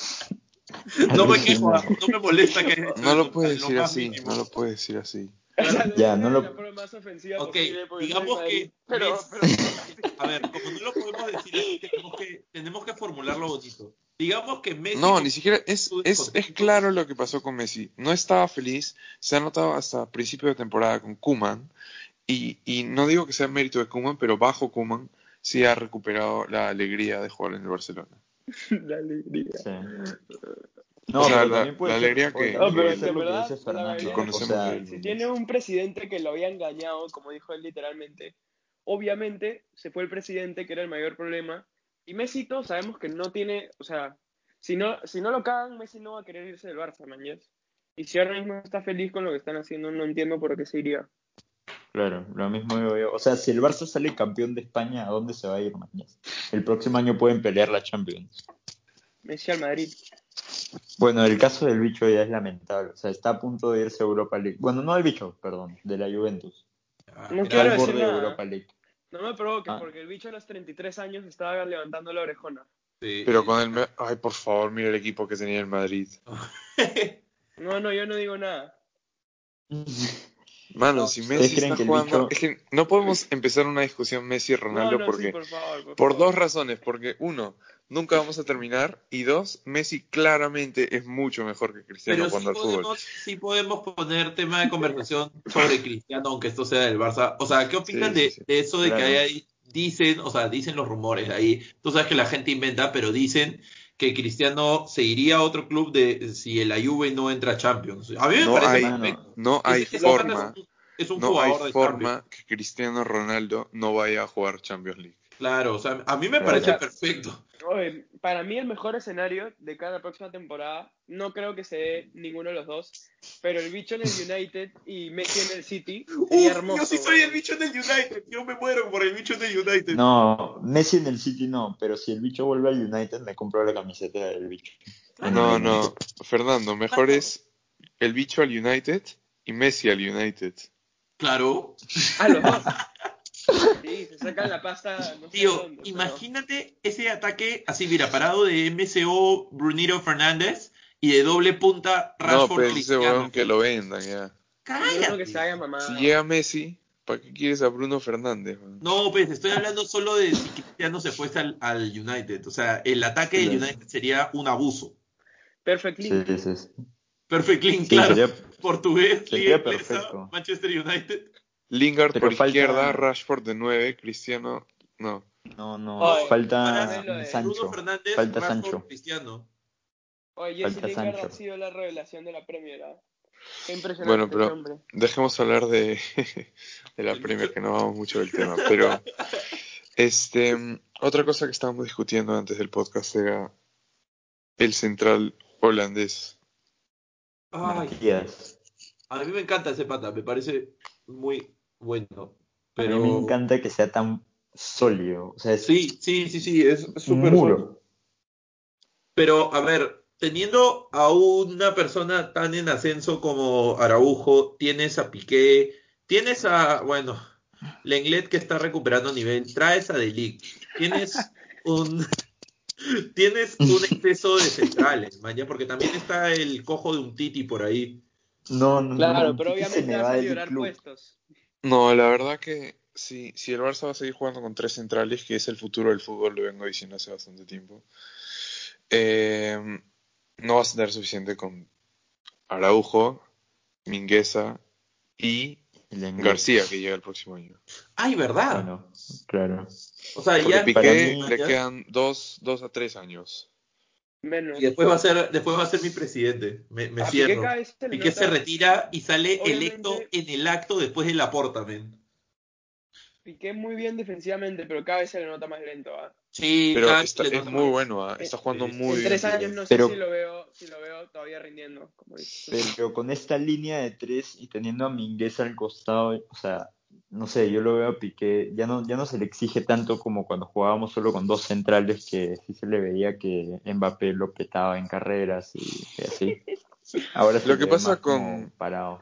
No me Alucina. quejo, no me molesta que No lo puede decir más así. mínimo. No lo puede decir así. Ya, dije no de lo- la forma más ofensiva Ok, posible, porque digamos soy Madrid. que Pero, Messi- pero- A ver, como no lo podemos decir, así, tenemos que, tenemos que formularlo bonito. Digamos que Messi No, ni siquiera es, Tú es, es descontento. claro lo que pasó con Messi. No estaba feliz, se ha notado hasta principio de temporada con Kuman. Y, y no digo que sea mérito de Kuman, pero bajo Kuman sí ha recuperado la alegría de jugar en el Barcelona. la alegría. Sí. No, O sea, pero la- también puede la ser- alegría puede que- también que- puede ser lo verdad, dice la Fernando, verdad, o conocemos sea, de él. Si tiene un presidente que lo había engañado, como dijo él literalmente, obviamente se fue el presidente que era el mayor problema. Y Messi todos sabemos que no tiene, o sea, si no, si no lo cagan, Messi no va a querer irse del Barça, man. ¿yes? Y si ahora mismo está feliz con lo que están haciendo, no entiendo por qué se iría. Claro, lo mismo digo yo. O sea, si el Barça sale campeón de España, ¿a dónde se va a ir Mañez? El próximo año pueden pelear la Champions. Messi al Madrid. Bueno, el caso del bicho ya es lamentable. O sea, está a punto de irse a Europa League. Bueno, no el bicho, perdón, de la Juventus. Ah, No era- Está quiero al decir borde de nada. Europa League. No me provoques, Ah. porque el bicho a los 33 años estaba levantando la orejona. sí. Pero con el... Me- Ay, por favor, mira el equipo que tenía el Madrid. No, no, yo no digo nada. Mano, No, si ¿ustedes Messi creen está que el jugando... bicho- Es que no podemos empezar una discusión Messi-Ronaldo no, no, porque... sí, por favor. Por, Por favor. dos razones, porque uno, nunca vamos a terminar, y dos, Messi claramente es mucho mejor que Cristiano Pero sí cuando al fútbol. podemos, sí podemos poner tema de conversación sobre Cristiano, aunque esto sea del Barça. O sea, ¿qué opinan Sí, de, sí, sí. de eso de Claro. que hay ahí? Dicen, o sea, dicen los rumores ahí. Tú sabes que la gente inventa, pero dicen que Cristiano se iría a otro club de si la Juve no entra a Champions. A mí me No parece ¿eh? hay- perfecto. No hay Ese- ese forma, es un- Es un no hay jugador de Champions. forma que Cristiano Ronaldo no vaya a jugar Champions League. Claro, o sea, a mí me Claro. parece perfecto. Oye, para mí el mejor escenario de cada próxima temporada, no creo que se dé ninguno de los dos, pero el bicho en el United y Messi en el City sería Uf, hermoso. yo sí soy güey. el bicho del United. Yo me muero por el bicho del United. No, Messi en el City no, pero si el bicho vuelve al United, me compro la camiseta del bicho. En Ah, No, el no, United. Fernando, mejor es el bicho al United y Messi al United. Claro, Ah, los dos. Sí, se sacan la pasta. No sé Tío, dónde, pero- imagínate ese ataque así, mira, parado de MCO Brunito Fernández y de doble punta No, Rashford pero ese Cristiano. Ah. weón que lo vendan ya. Yo creo que se ¡Cállate! haya mamado. Si llega Messi, ¿para qué quieres a Bruno Fernández? man? No, pues estoy hablando solo de si Cristiano se fuese al, al United. O sea, el ataque del Claro. United sería un abuso. Perfect League. Sí, sí, sí. Sí, Perfect Link, claro. sería- Portugués, sería Liga Inglesa, perfecto. Manchester United. Lingard Pero por falta- izquierda, Rashford de 9, Cristiano... No, No, no, Ay, falta páramelo, eh. Sancho. Bruno Fernández, Falta Rashford, Sancho. Cristiano. Oye, Jesse Falta Lingard Sancho. ha sido la revelación de la Premier. ¿ah? Qué impresionante Bueno, pero- ese hombre. dejemos hablar de, de la Premier, que no vamos mucho del tema. Pero, este, mm, otra cosa que estábamos discutiendo antes del podcast era el central holandés. Ay, Matías. a mí me encanta ese pata, me parece muy bueno. Pero... A mí me encanta que sea tan sólido. O sea, es Sí, sí, sí, sí, es un súper muro. sólido. Pero, a ver, teniendo a una persona tan en ascenso como Araujo, tienes a Piqué, tienes a, bueno, Lenglet que está recuperando nivel, traes a Delic, tienes un... Tienes un exceso de centrales, maña, porque también está el cojo de un Titi por ahí. No, no, Claro, no, pero Titi se obviamente me vas va a del llorar club. puestos. No, la verdad que si, si el Barça va a seguir jugando con tres centrales, que es el futuro del fútbol, lo vengo diciendo hace bastante tiempo, eh, no vas a tener suficiente con Araujo, Mingueza y El Ah, inglés. García, que llega el próximo año. Ay, ¿verdad? Bueno, claro. o sea, Porque para ya... Piqué mí- le quedan dos, dos a tres años. Menos. Y después va a ser, después va a ser mi presidente. Me, me A Ah, Piqué cierro. cada vez se le Piqué se nota- retira y sale Obviamente- electo en el acto después del aportamen. Piqué muy bien defensivamente, pero cada vez se le nota más lento. ¿ah? Sí, Pero cada- está- le es nota muy más. bueno, ¿ah? está jugando Sí, sí. muy en tres bien. años no sé Pero- si lo veo, si lo veo todavía rindiendo. Como dices. Pero con esta línea de tres y teniendo a Mingueza al costado, o sea, no sé, yo lo veo a Piqué, ya no, ya no se le exige tanto como cuando jugábamos solo con dos centrales que sí se le veía que Mbappé lo petaba en carreras y, y así. Ahora se Lo le que ve pasa más como con- parado.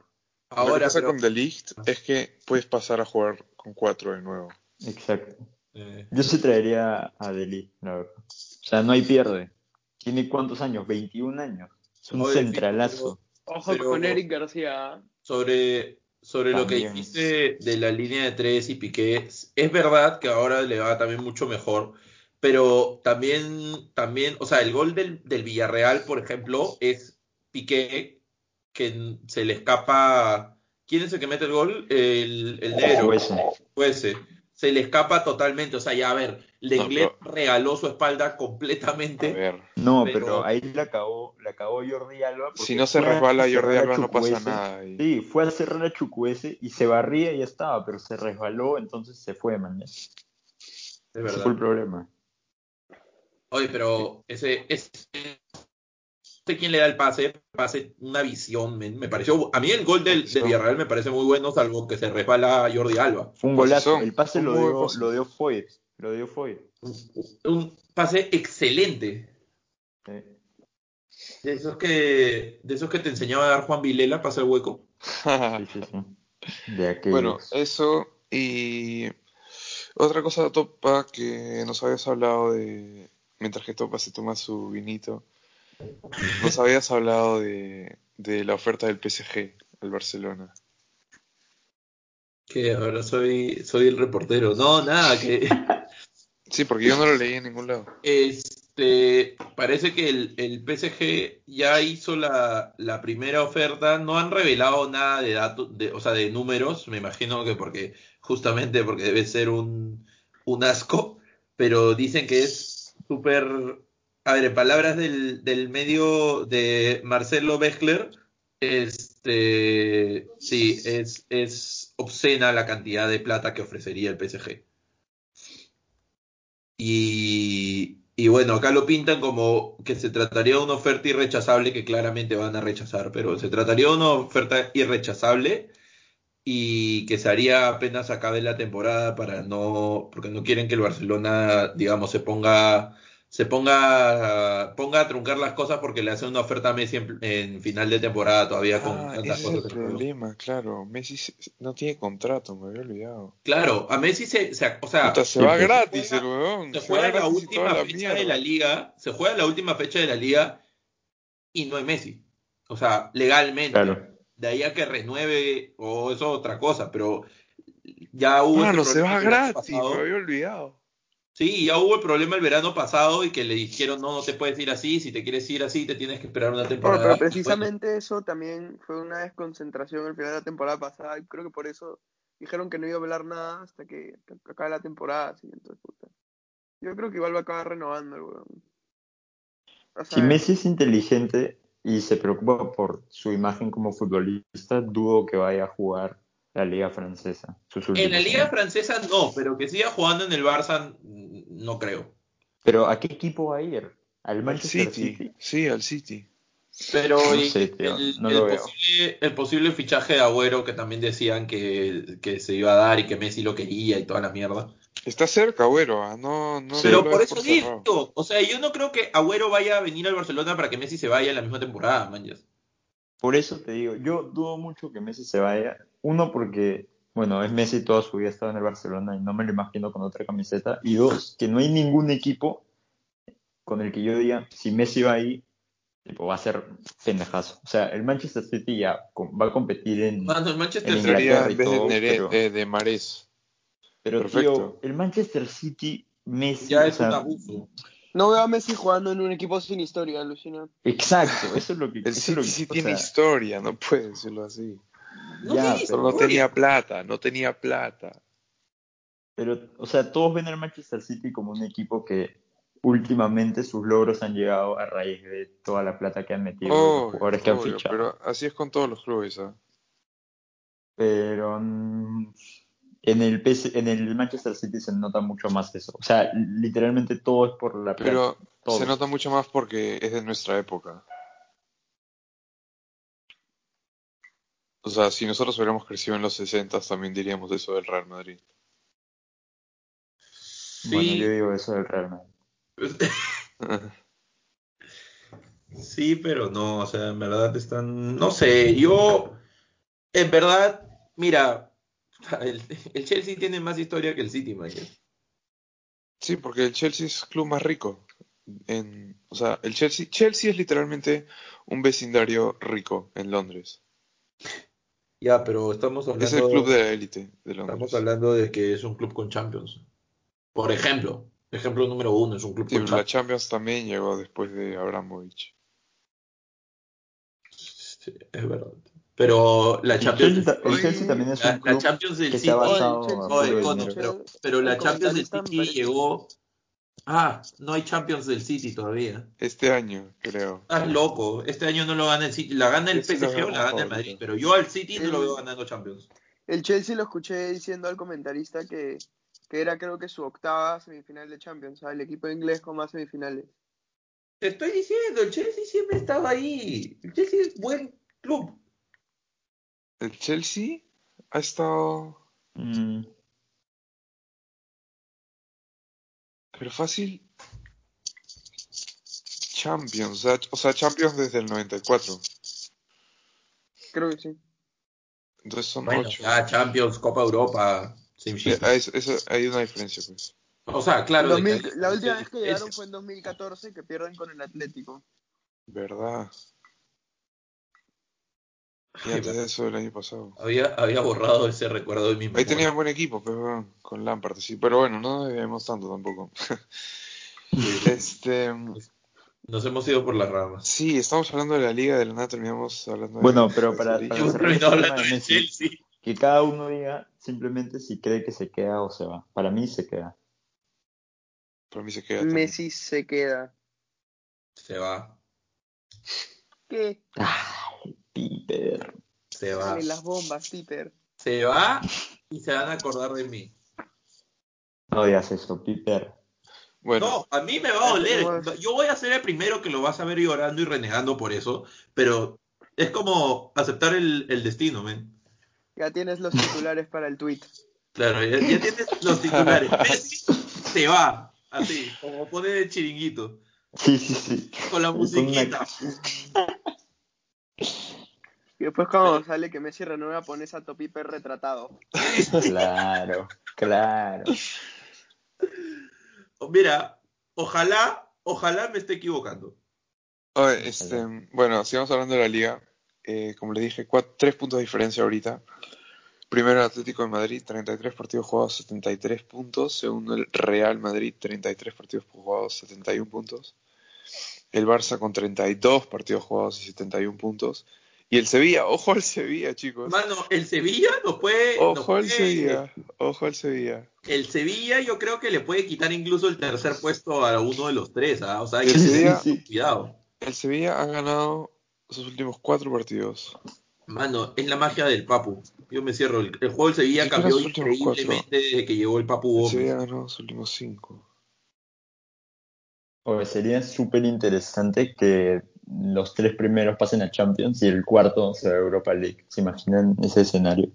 Lo que Ahora, pasa pero- con De Ligt es que puedes pasar a jugar con cuatro de nuevo. Exacto. eh, Yo se traería a Delhi, la verdad. O sea, no hay pierde. ¿Tiene cuántos años? 21 años. Es un Oye, centralazo. Ojo Pero- con Eric García. ¿ah? sobre, sobre lo que También. dijiste de la línea de tres y Piqué, es, es verdad que ahora le va también mucho mejor, pero también, también, o sea, el gol del, del Villarreal, por ejemplo, es Piqué que se le escapa. ¿Quién es el que mete el gol? El, Oh, el negro. O pues. ese. fuese, se le escapa totalmente. O sea, ya a ver, Lenglet No, regaló su espalda A completamente. ver, No, Pero- pero, ahí la acabó, la acabó Jordi Alba. porque si no se fue a resbala Jordi cerrar a Alba no pasa Chukwueze. nada. ahí. Sí, fue a cerrar a Chukwueze y se barría y ya estaba, pero se resbaló, entonces se fue, man. Ese Es fue el verdad. problema. Oye, pero ese, ese no sé quién le da el pase, pase una visión, men. me pareció, a mí el gol del, de Villarreal me parece muy bueno, salvo que se resbala Jordi Alba. Fue un Pues golazo. son- el pase un lo muy buen dio, pase. lo dio Foyt. Lo dio Foyt. Un pase excelente. Eh, De esos que, de esos que te enseñaba a dar Juan Vilela, pasa el hueco. sí, sí, sí. De aquellos. Bueno, eh, eso y otra cosa, Topa, que nos habías hablado de, mientras que Topa se toma su vinito, nos habías hablado de, de la oferta del PSG al Barcelona. Que ahora soy, soy el reportero. No, nada, que Sí, porque yo no lo leí en ningún lado. Este, parece que el, el PSG ya hizo la, la primera oferta, no han revelado nada de datos, de, o sea, de números, me imagino que porque, justamente porque debe ser un, un asco, pero dicen que es súper, a ver, en palabras del, del medio de Marcelo Bechler, este, sí, es, es obscena la cantidad de plata que ofrecería el PSG. Y, y bueno, acá lo pintan como que se trataría de una oferta irrechazable que claramente van a rechazar, pero se trataría de una oferta irrechazable y que se haría apenas acabe la temporada para no, porque no quieren que el Barcelona, digamos, se ponga, se ponga, ponga a truncar las cosas porque le hacen una oferta a Messi en, en final de temporada todavía con Ah, tantas ese es cosas el en juego. problema, claro. Messi se- no tiene contrato, me había olvidado. Claro, a Messi se, Ah, se- o sea, Puta, se sí, va pues, se gratis juega- el weón. se va juega la gratis y toda última fecha de la mierda. liga, se juega la última fecha de la liga y no es Messi. O sea, legalmente. Claro. De ahí a que renueve o eso es otra cosa, pero ya hubo Mano, Ah, se este problema va el verano gratis, pasado. me había olvidado. Sí, ya hubo el problema el verano pasado y que le dijeron, no, no te puedes ir así, si te quieres ir así, te tienes que esperar una Bueno, temporada. pero precisamente eso también fue una desconcentración al final de la temporada pasada y creo que por eso dijeron que no iba a velar nada hasta que, que acabe la temporada siguiente. puta. Yo creo que igual va a acabar renovando el weón. O sea, Si Messi es inteligente y se preocupa por su imagen como futbolista, dudo que vaya a jugar la liga francesa. sus En la últimos liga años. francesa no, pero que siga jugando en el Barça mm, no creo. Pero ¿a qué equipo va a ir? ¿Al Al Manchester City? City, sí, al City. Pero No y sé, tío, el, no el lo veo. posible, el posible fichaje de Agüero que también decían que, que se iba a dar y que Messi lo quería y toda la mierda. Está cerca, güero. ah, No, no Pero lo por des eso cerrado. digo, o sea, yo no creo que Agüero vaya a venir al Barcelona para que Messi se vaya en la misma temporada, manches. Por eso te digo, yo dudo mucho que Messi se vaya. Uno, porque, bueno, es Messi toda su vida ha estado en el Barcelona y no me lo imagino con otra camiseta. Y dos, que no hay ningún equipo con el que yo diga, si Messi va ahí, tipo, va a ser pendejazo. O sea, el Manchester City ya com- va a competir en... Mano, el Manchester En City. Entraría Inglaterra y en vez de, todo, Nere- pero- eh, de Mares. Pero, perfecto. tío, el Manchester City, Messi... Ya o es sea, un abuso. No veo a Messi jugando en un equipo sin historia, alucinante. Exacto, eso es lo que... El eso es lo City que- sí o tiene sea, historia, no puede decirlo así. No ya, tiene Solo pero- no tenía plata, no tenía plata. Pero, o sea, todos ven al Manchester City como un equipo que últimamente sus logros han llegado a raíz de toda la plata que han metido y Oh, los jugadores que han obvio, fichado. Pero, pero así es con todos los clubes. ¿ah? mm, en el PS en el Manchester City se nota mucho más eso. O sea, literalmente todo es por la plata. Pero todo. se nota mucho más porque es de nuestra época. O sea, si nosotros hubiéramos crecido en los 60 también diríamos eso del Real Madrid. Bueno, Sí. yo digo eso del Real Madrid. Sí, pero no, o sea, en verdad están, no sé, yo, en verdad, mira, el, el Chelsea tiene más historia que el City, man. Sí, porque el Chelsea es el club más rico. En, o sea, el Chelsea, Chelsea es literalmente un vecindario rico en Londres. Ya, pero estamos hablando, Es el club de la élite de Londres. estamos hablando de que es un club con Champions. Por ejemplo, ejemplo número uno, es un club Sí, con pero la Champions. Champions también llegó después de Abramovich. Sí, es verdad. Pero la El Champions, Chelsea ta- el Chelsea también es la, un la club Champions del que City, se ha basado Oye, a Chelsea, oye, puro cono, dinero. pero, pero El la Champions del comentarista me City parece- llegó, ah, no hay Champions del City todavía. Este año, creo. Estás loco. Este año no lo gana el City. La gana el Ese lo PSG o veo la gana el favorito. Madrid. Pero yo al City no lo veo ganando Champions. El Chelsea lo escuché diciendo al comentarista que, que era creo que su octava semifinal de Champions, ¿sabes? el equipo inglés con más semifinales. Te estoy diciendo, el Chelsea siempre estaba ahí. El Chelsea es buen club. El Chelsea ha estado, Mm, pero fácil, Champions. O sea, o sea, Champions desde el 94. Creo que sí. Entonces son Bueno, ocho. ya Champions, Copa Europa, sin Sí, shit. ah, es- es- hay una diferencia, pues. O sea, claro. de que 2000 hay- la última vez que es- llegaron fue en 2014 que pierden con el Atlético. ¿Verdad? Y Ay, antes de eso, el año pasado. Había, había borrado ese recuerdo de mi Ahí memoria. tenían buen equipo, pues, weón, con Lampard, sí. Pero bueno, no nos debemos tanto tampoco. este, Nos hemos ido por las ramas. sí, estamos hablando de la liga, de la nada terminamos hablando de... Bueno, pero para, Sí. para Hemos cerrar el terminado tema hablando de del Messi, Chelsea. que cada uno diga simplemente si cree que se queda o se va. Para mí se queda. Para mí se queda también. Messi se queda. Se va. ¿Qué? Ay, Piper. Se va. Dale las bombas, Peter. Se va y se van a acordar de mí. No digas eso, Piper. Bueno, No, a mí me va a Bueno. doler. Yo voy a ser el primero que lo vas a ver llorando y renegando por eso, pero es como aceptar el, el destino, men. Ya tienes los titulares para el tweet. Claro, ya, ya tienes los titulares. Messi se va, así, como pone de chiringuito, Sí, sí, sí. con la Con una- musiquita. Y después cuando sale que Messi renueva pones a Topiper retratado. Claro, claro. Mira, ojalá, ojalá me esté equivocando. Oye, este, bueno, sigamos hablando de la liga. Eh, como les dije, cua- tres puntos de diferencia ahorita. Primero el Atlético de Madrid, 33 partidos jugados, 73 puntos. Segundo el Real Madrid, 33 partidos jugados, 71 puntos. El Barça con 32 partidos jugados y 71 puntos. Y el Sevilla, ojo al Sevilla, chicos. Mano, el Sevilla nos puede. nos Ojo al puede- Sevilla, ojo al Sevilla. El Sevilla yo creo que le puede quitar incluso el tercer puesto a uno de los tres, ¿ah? O sea, hay El que tener Sevilla, Sí, sí. cuidado. el Sevilla ha ganado sus últimos cuatro partidos. Mano, es la magia del Papu. Yo me cierro. El, el juego del Sevilla Yo cambió creo los últimos increíblemente desde que llegó el Papu El Gómez. Sevilla ha ganado sus últimos cinco. Oye, sería súper interesante que los tres primeros pasen a Champions y el cuarto se va a Europa League. ¿Se imaginan ese escenario?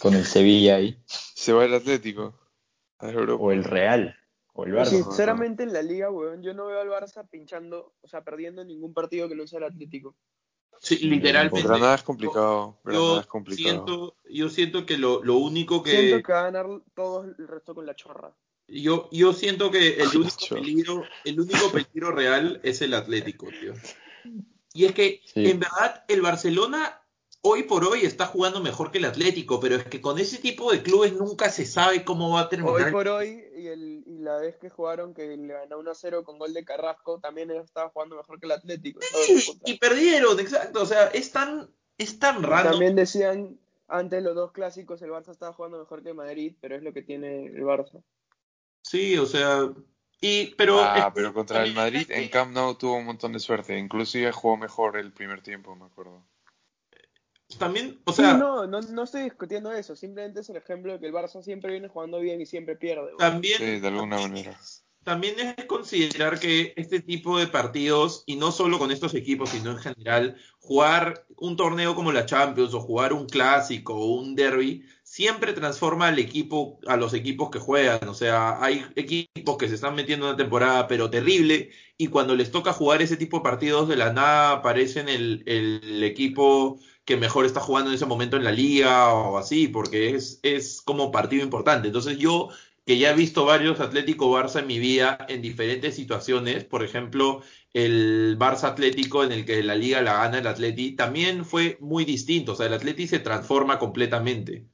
Con el Sevilla ahí. Se va el Atlético a Europa. O el Real. O el Pues Pero Barça. sinceramente en la liga, weón, yo no veo al Barça pinchando, o sea, perdiendo ningún partido que no sea el Atlético. Sí, literalmente. Granada es complicado. Granada Yo es complicado. siento, yo siento que lo, lo único que. Siento que va a ganar todo el resto con la chorra. Yo, yo siento que el único, Nacho. peligro, el único peligro real es el Atlético, tío. Y es que, Sí. en verdad, el Barcelona hoy por hoy está jugando mejor que el Atlético, pero es que con ese tipo de clubes nunca se sabe cómo va a terminar. Hoy por hoy, y, el, y la vez que jugaron que le ganó 1-0 con gol de Carrasco, también él estaba jugando mejor que el Atlético. estaba de Sí, puta. y perdieron, exacto. O sea, es tan, es tan Y raro. También decían, antes los dos clásicos, el Barça estaba jugando mejor que el Madrid, pero es lo que tiene el Barça. Sí, o sea. Y, pero Ah, es- pero contra el también es Madrid que- en Camp Nou tuvo un montón de suerte. Inclusive jugó mejor el primer tiempo, me acuerdo. también, o sea, sí, no, no, no estoy discutiendo eso, simplemente es el ejemplo de que el Barça siempre viene jugando bien y siempre pierde. weón. también. Sí, de alguna manera. También es considerar que este tipo de partidos, y no solo con estos equipos, sino en general, jugar un torneo como la Champions o jugar un clásico o un derby, siempre transforma al equipo, a los equipos que juegan. O sea, hay equipos que se están metiendo en una temporada pero terrible, y cuando les toca jugar ese tipo de partidos de la nada, aparecen el, el equipo que mejor está jugando en ese momento en la liga o así, porque es, es como partido importante. Entonces yo que ya he visto varios Atlético Barça en mi vida en diferentes situaciones, por ejemplo, el Barça Atlético en el que la liga la gana el Atleti, también fue muy distinto, o sea, el Atleti se transforma completamente.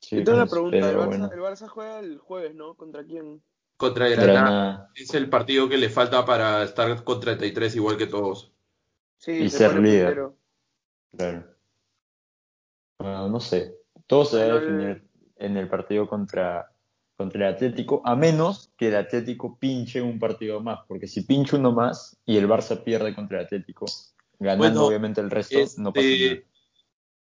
Sí, Entonces la pues, pregunta, el pero Barça, bueno. el Barça juega el jueves, ¿no? ¿Contra quién? Contra el Granada, Granada. es el partido que le falta para estar con 33 igual que todos. Sí, Y se ser pone líder. primero. Claro. Bueno, no sé. Todo se va a No, definir en el partido contra, contra el Atlético, a menos que el Atlético pinche un partido más, porque si pinche uno más y el Barça pierde contra el Atlético, ganando Bueno, obviamente el resto, no pasa nada. Este,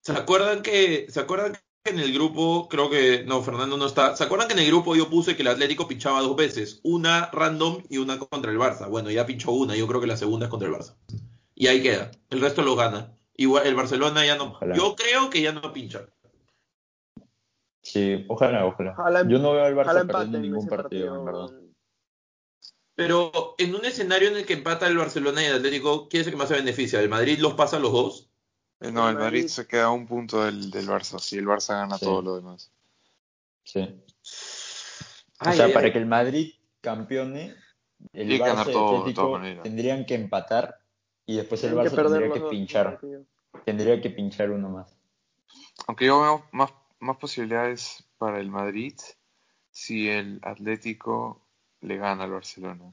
¿Se acuerdan que se acuerdan que en el grupo, creo que no, Fernando no está. ¿Se acuerdan que en el grupo yo puse que el Atlético pinchaba dos veces, una random y una contra el Barça? Bueno, ya pinchó una, yo creo que la segunda es contra el Barça. Y ahí queda, el resto lo gana. Igual el Barcelona ya no. Ojalá. Yo creo que ya no pincha. Sí, ojalá, ojalá. Ojalá- Yo no veo al Barça Ojalá perdiendo empaten ningún ese partido, partido, en verdad. weón. Pero en un escenario en el que empata el Barcelona y el Atlético, ¿quién es el que más se beneficia? ¿El Madrid los pasa a los dos? Eh, No, el Madrid Madrid. se queda a un punto del, del Barça. Si el Barça gana Sí. todo lo demás. Sí. O Ay, eh, sea, ay, para ay. que el Madrid campeone, el Tiene que ganar Barça y el todo, de Atlético todas maneras. tendrían que empatar y después el Tienen Barça perder tendría los que dos pinchar. partidos. Tendría que pinchar uno más. Aunque yo veo más, más posibilidades para el Madrid si el Atlético le gana al Barcelona.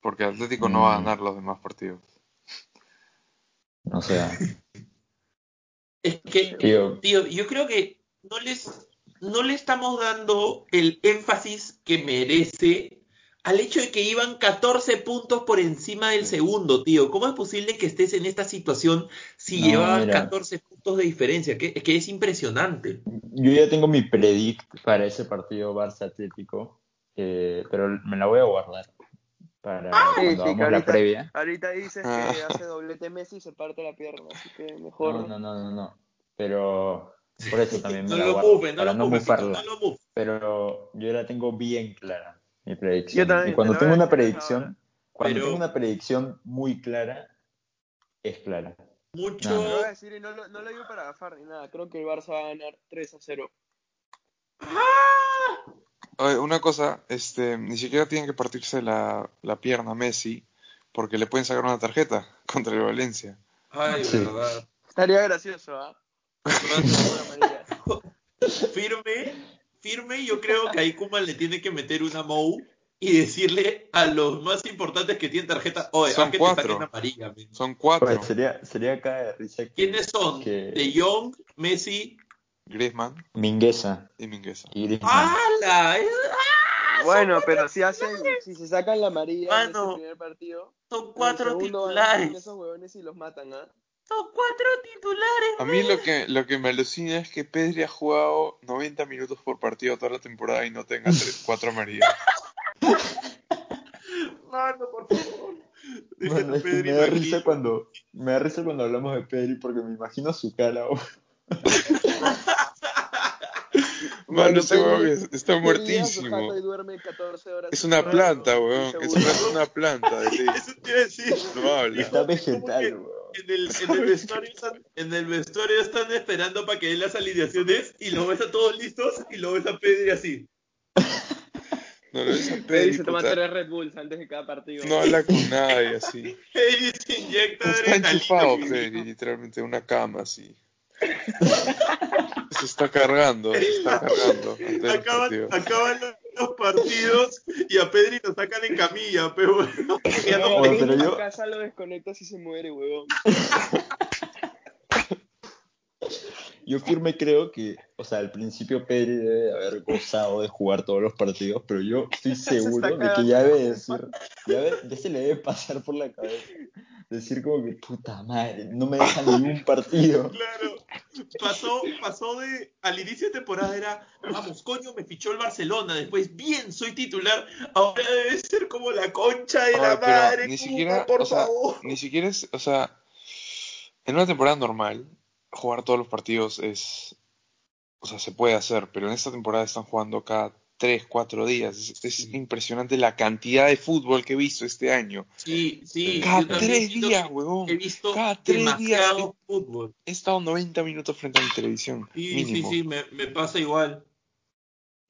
Porque el Atlético no va a Mm. ganar los demás partidos. O sea, Es que tío, Tío, yo creo que no les, no le estamos dando el énfasis que merece al hecho de que iban 14 puntos por encima del segundo, tío. ¿Cómo es posible que estés en esta situación si No, llevaban mira. 14 puntos de diferencia? Que, es que es impresionante. yo ya tengo mi predict para ese partido Barça Atlético, eh, pero me la voy a guardar para Ah, Sí, cuando sí, que hagamos la ahorita- previa. Ahorita dices que hace doblete Messi y se parte la pierna, así que mejor. No, no, no, no, no. Pero por eso también No me la lo guardo, mueven, no para lo no mueven, mufarla. no lo mueven. pero yo la tengo bien clara, mi predicción. Yo también, y cuando te la tengo voy una a decir predicción, ahora. cuando Pero- tengo una predicción muy clara, es clara. Mucho. No, Te lo voy a decir y no lo, no lo digo para gafar ni nada. Creo que el Barça va a ganar 3 a 0. Oye, una cosa, este, ni siquiera tienen que partirse la, la pierna a Messi porque le pueden sacar una tarjeta contra el Valencia. Ay, Sí. verdad. Estaría gracioso, ¿ah? firme, firme, yo creo que ahí Kuman le tiene que meter una mou y decirle a los más importantes que tienen tarjeta, oye, Son haz que cuatro. te saquen amarilla. men". Son cuatro. Pues sería, sería cae de risa que ¿Quiénes son? Que- De Jong, Messi. Griezmann Mingueza y Mingueza. y Griezmann. Ah, ¡Hala! Es- ah, Bueno, pero si hacen, si se sacan la amarilla en Mano. este primer partido, Son en el cuatro segundo van a titulares. esos huevones y los matan, ¿ah? Son cuatro titulares. A mí lo que, lo que me alucina es que Pedri ha jugado 90 minutos por partido toda la temporada y no tenga tres, cuatro amarillas. Mano, por favor. Bueno, es que me da risa cuando me da risa cuando hablamos de Pedri porque me imagino su cara. güey. Mano, Mano, ese Pedri- huevón es- está Pedri llega a su muertísimo. jato y duerme 14 horas Es una seguidas, planta, ¿no? weón. Y Es seguro- una, es una planta de ley. Eso te iba a decir. No habla. Está que- vegetal, weón. En el, en el vestuario están, en el vestuario están esperando para que den las alineaciones y lo ves a todos listos y lo ves a Pedri así. No lo dice Pedri Pedri, se toma puta. tres Red Bulls antes de cada partido. No habla con nadie así. Pedri se inyecta Está adrenalina. enchufado Pedri, literalmente, en una cama así. Se está cargando, se está cargando. antes del partido. Acaban, acaban los- los partidos y a Pedri lo sacan en camilla, pero bueno, ya no- Oye, pero pero yo- yo... casa lo desconectas y se muere, huevón. Yo firme creo que, o sea, al principio Pedri debe de haber gozado de jugar todos los partidos, pero yo estoy seguro de que ya debe decir, ya, ve- ya se le debe pasar por la cabeza. Decir como que, puta madre, no me dejan ningún partido. Claro. Pasó, pasó de. Al inicio de temporada era. Vamos, coño, me fichó el Barcelona. Después, bien, soy titular. Ahora debe ser como la concha de Ay, la Ah, pero madre. ni Cuba, siquiera, por o sea, favor. Ni siquiera es, o sea, en una temporada normal, jugar todos los partidos es, o sea, se puede hacer, pero en esta temporada están jugando cada 3, 4 días. Es, es impresionante la cantidad de fútbol que he visto este año. Sí, sí. Cada yo también tres siento días, que huevón. He visto Cada tres demasiado días. fútbol. He estado 90 minutos frente a mi televisión, Sí, mínimo. sí, sí, me, me pasa igual.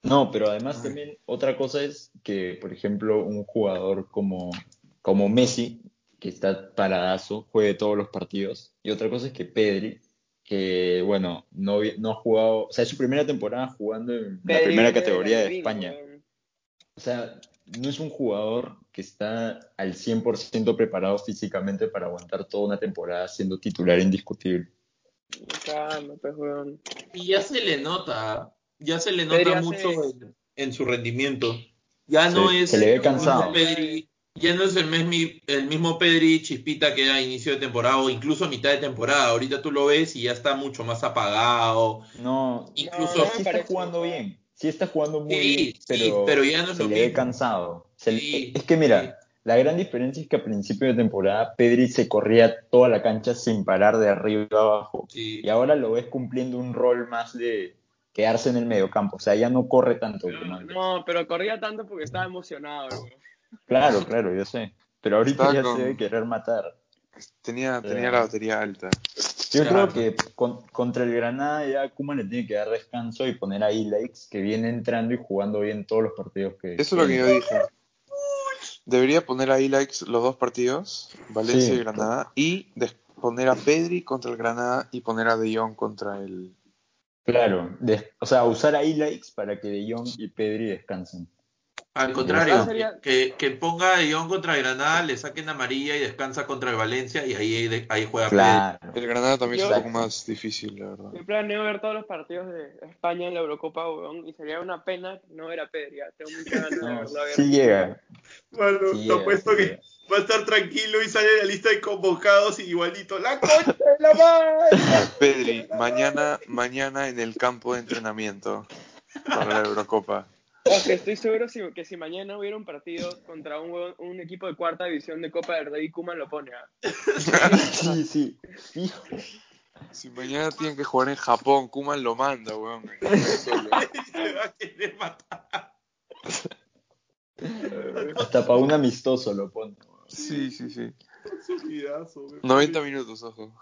No, pero además Ay. también otra cosa es que, por ejemplo, un jugador como, como Messi, que está paradazo, juegue todos los partidos. Y otra cosa es que Pedri, que bueno, no, vi- no ha jugado, o sea, es su primera temporada jugando en la Pedri primera viene la categoría de Divina, España. huevón. O sea, no es un jugador que está al 100% preparado físicamente para aguantar toda una temporada siendo titular indiscutible. Calma, pues, huevón. Y ya se le nota. Ya se le nota Pedri hace- mucho en, en su rendimiento. Ya no Se- es. se le ve ya no es el cansado. Pedri- ya no es el, mesmi- el mismo Pedri chispita que era a inicio de temporada o incluso a mitad de temporada. Ahorita tú lo ves y ya está mucho más apagado. No, Incluso. No, sí me está parece. jugando bien, sí está jugando muy Sí, bien, sí, pero, pero ya no es se lo le ve mismo. cansado. Se le- Sí, es que sí. mira, la gran diferencia es que a principio de temporada Pedri se corría toda la cancha sin parar de arriba a abajo. sí. Y ahora lo ves cumpliendo un rol más de quedarse en el mediocampo. O sea, ya no corre tanto como antes. No, pero corría tanto porque estaba emocionado, huevón. Claro, claro, yo sé. Pero ahorita Está ya con- se debe querer matar. Tenía, tenía Ah. Ya. la batería alta. Yo creo Claro. que con- contra el Granada ya Koeman le tiene que dar descanso y poner a Ilaix que viene entrando y jugando bien todos los partidos que Eso es lo que tiene. yo dije. Debería poner ahí likes los dos partidos, Valencia Sí. y Granada, y des- poner a Pedri contra el Granada y poner a De Jong contra el... Claro, des- o sea, usar a Ilaix para que De Jong y Pedri descansen. Al Ah, contrario, sería- que, que ponga a Guión contra Granada, le saquen amarilla y descansa contra el Valencia y ahí, ahí juega Claro. El Granada también es un Exacto. poco más difícil, la verdad. Yo planeo ver todos los partidos de España en la Eurocopa, huevón, y sería una pena no ver a Pedri. ya. Tengo muchas ganas de No, verlo a ver. sí llega. Pedri. Mano, sí te llega, apuesto sí que llega. va a estar tranquilo y sale de la lista de convocados y igualito. ¡La concha de la madre! Pedri, mañana, mañana en el campo de entrenamiento para la Eurocopa. Ojo, estoy seguro si- que si mañana hubiera un partido contra un, huevón- un equipo de cuarta división de Copa del Rey, Kuman lo pone. ah. Sí, sí. Fijo. Si mañana tienen que jugar en Japón, Kuman lo manda, weón. Solo. Se va a querer matar. Hasta para un amistoso lo pone. Sí, sí, sí. Su vidazo, güey. 90 minutos, ojo.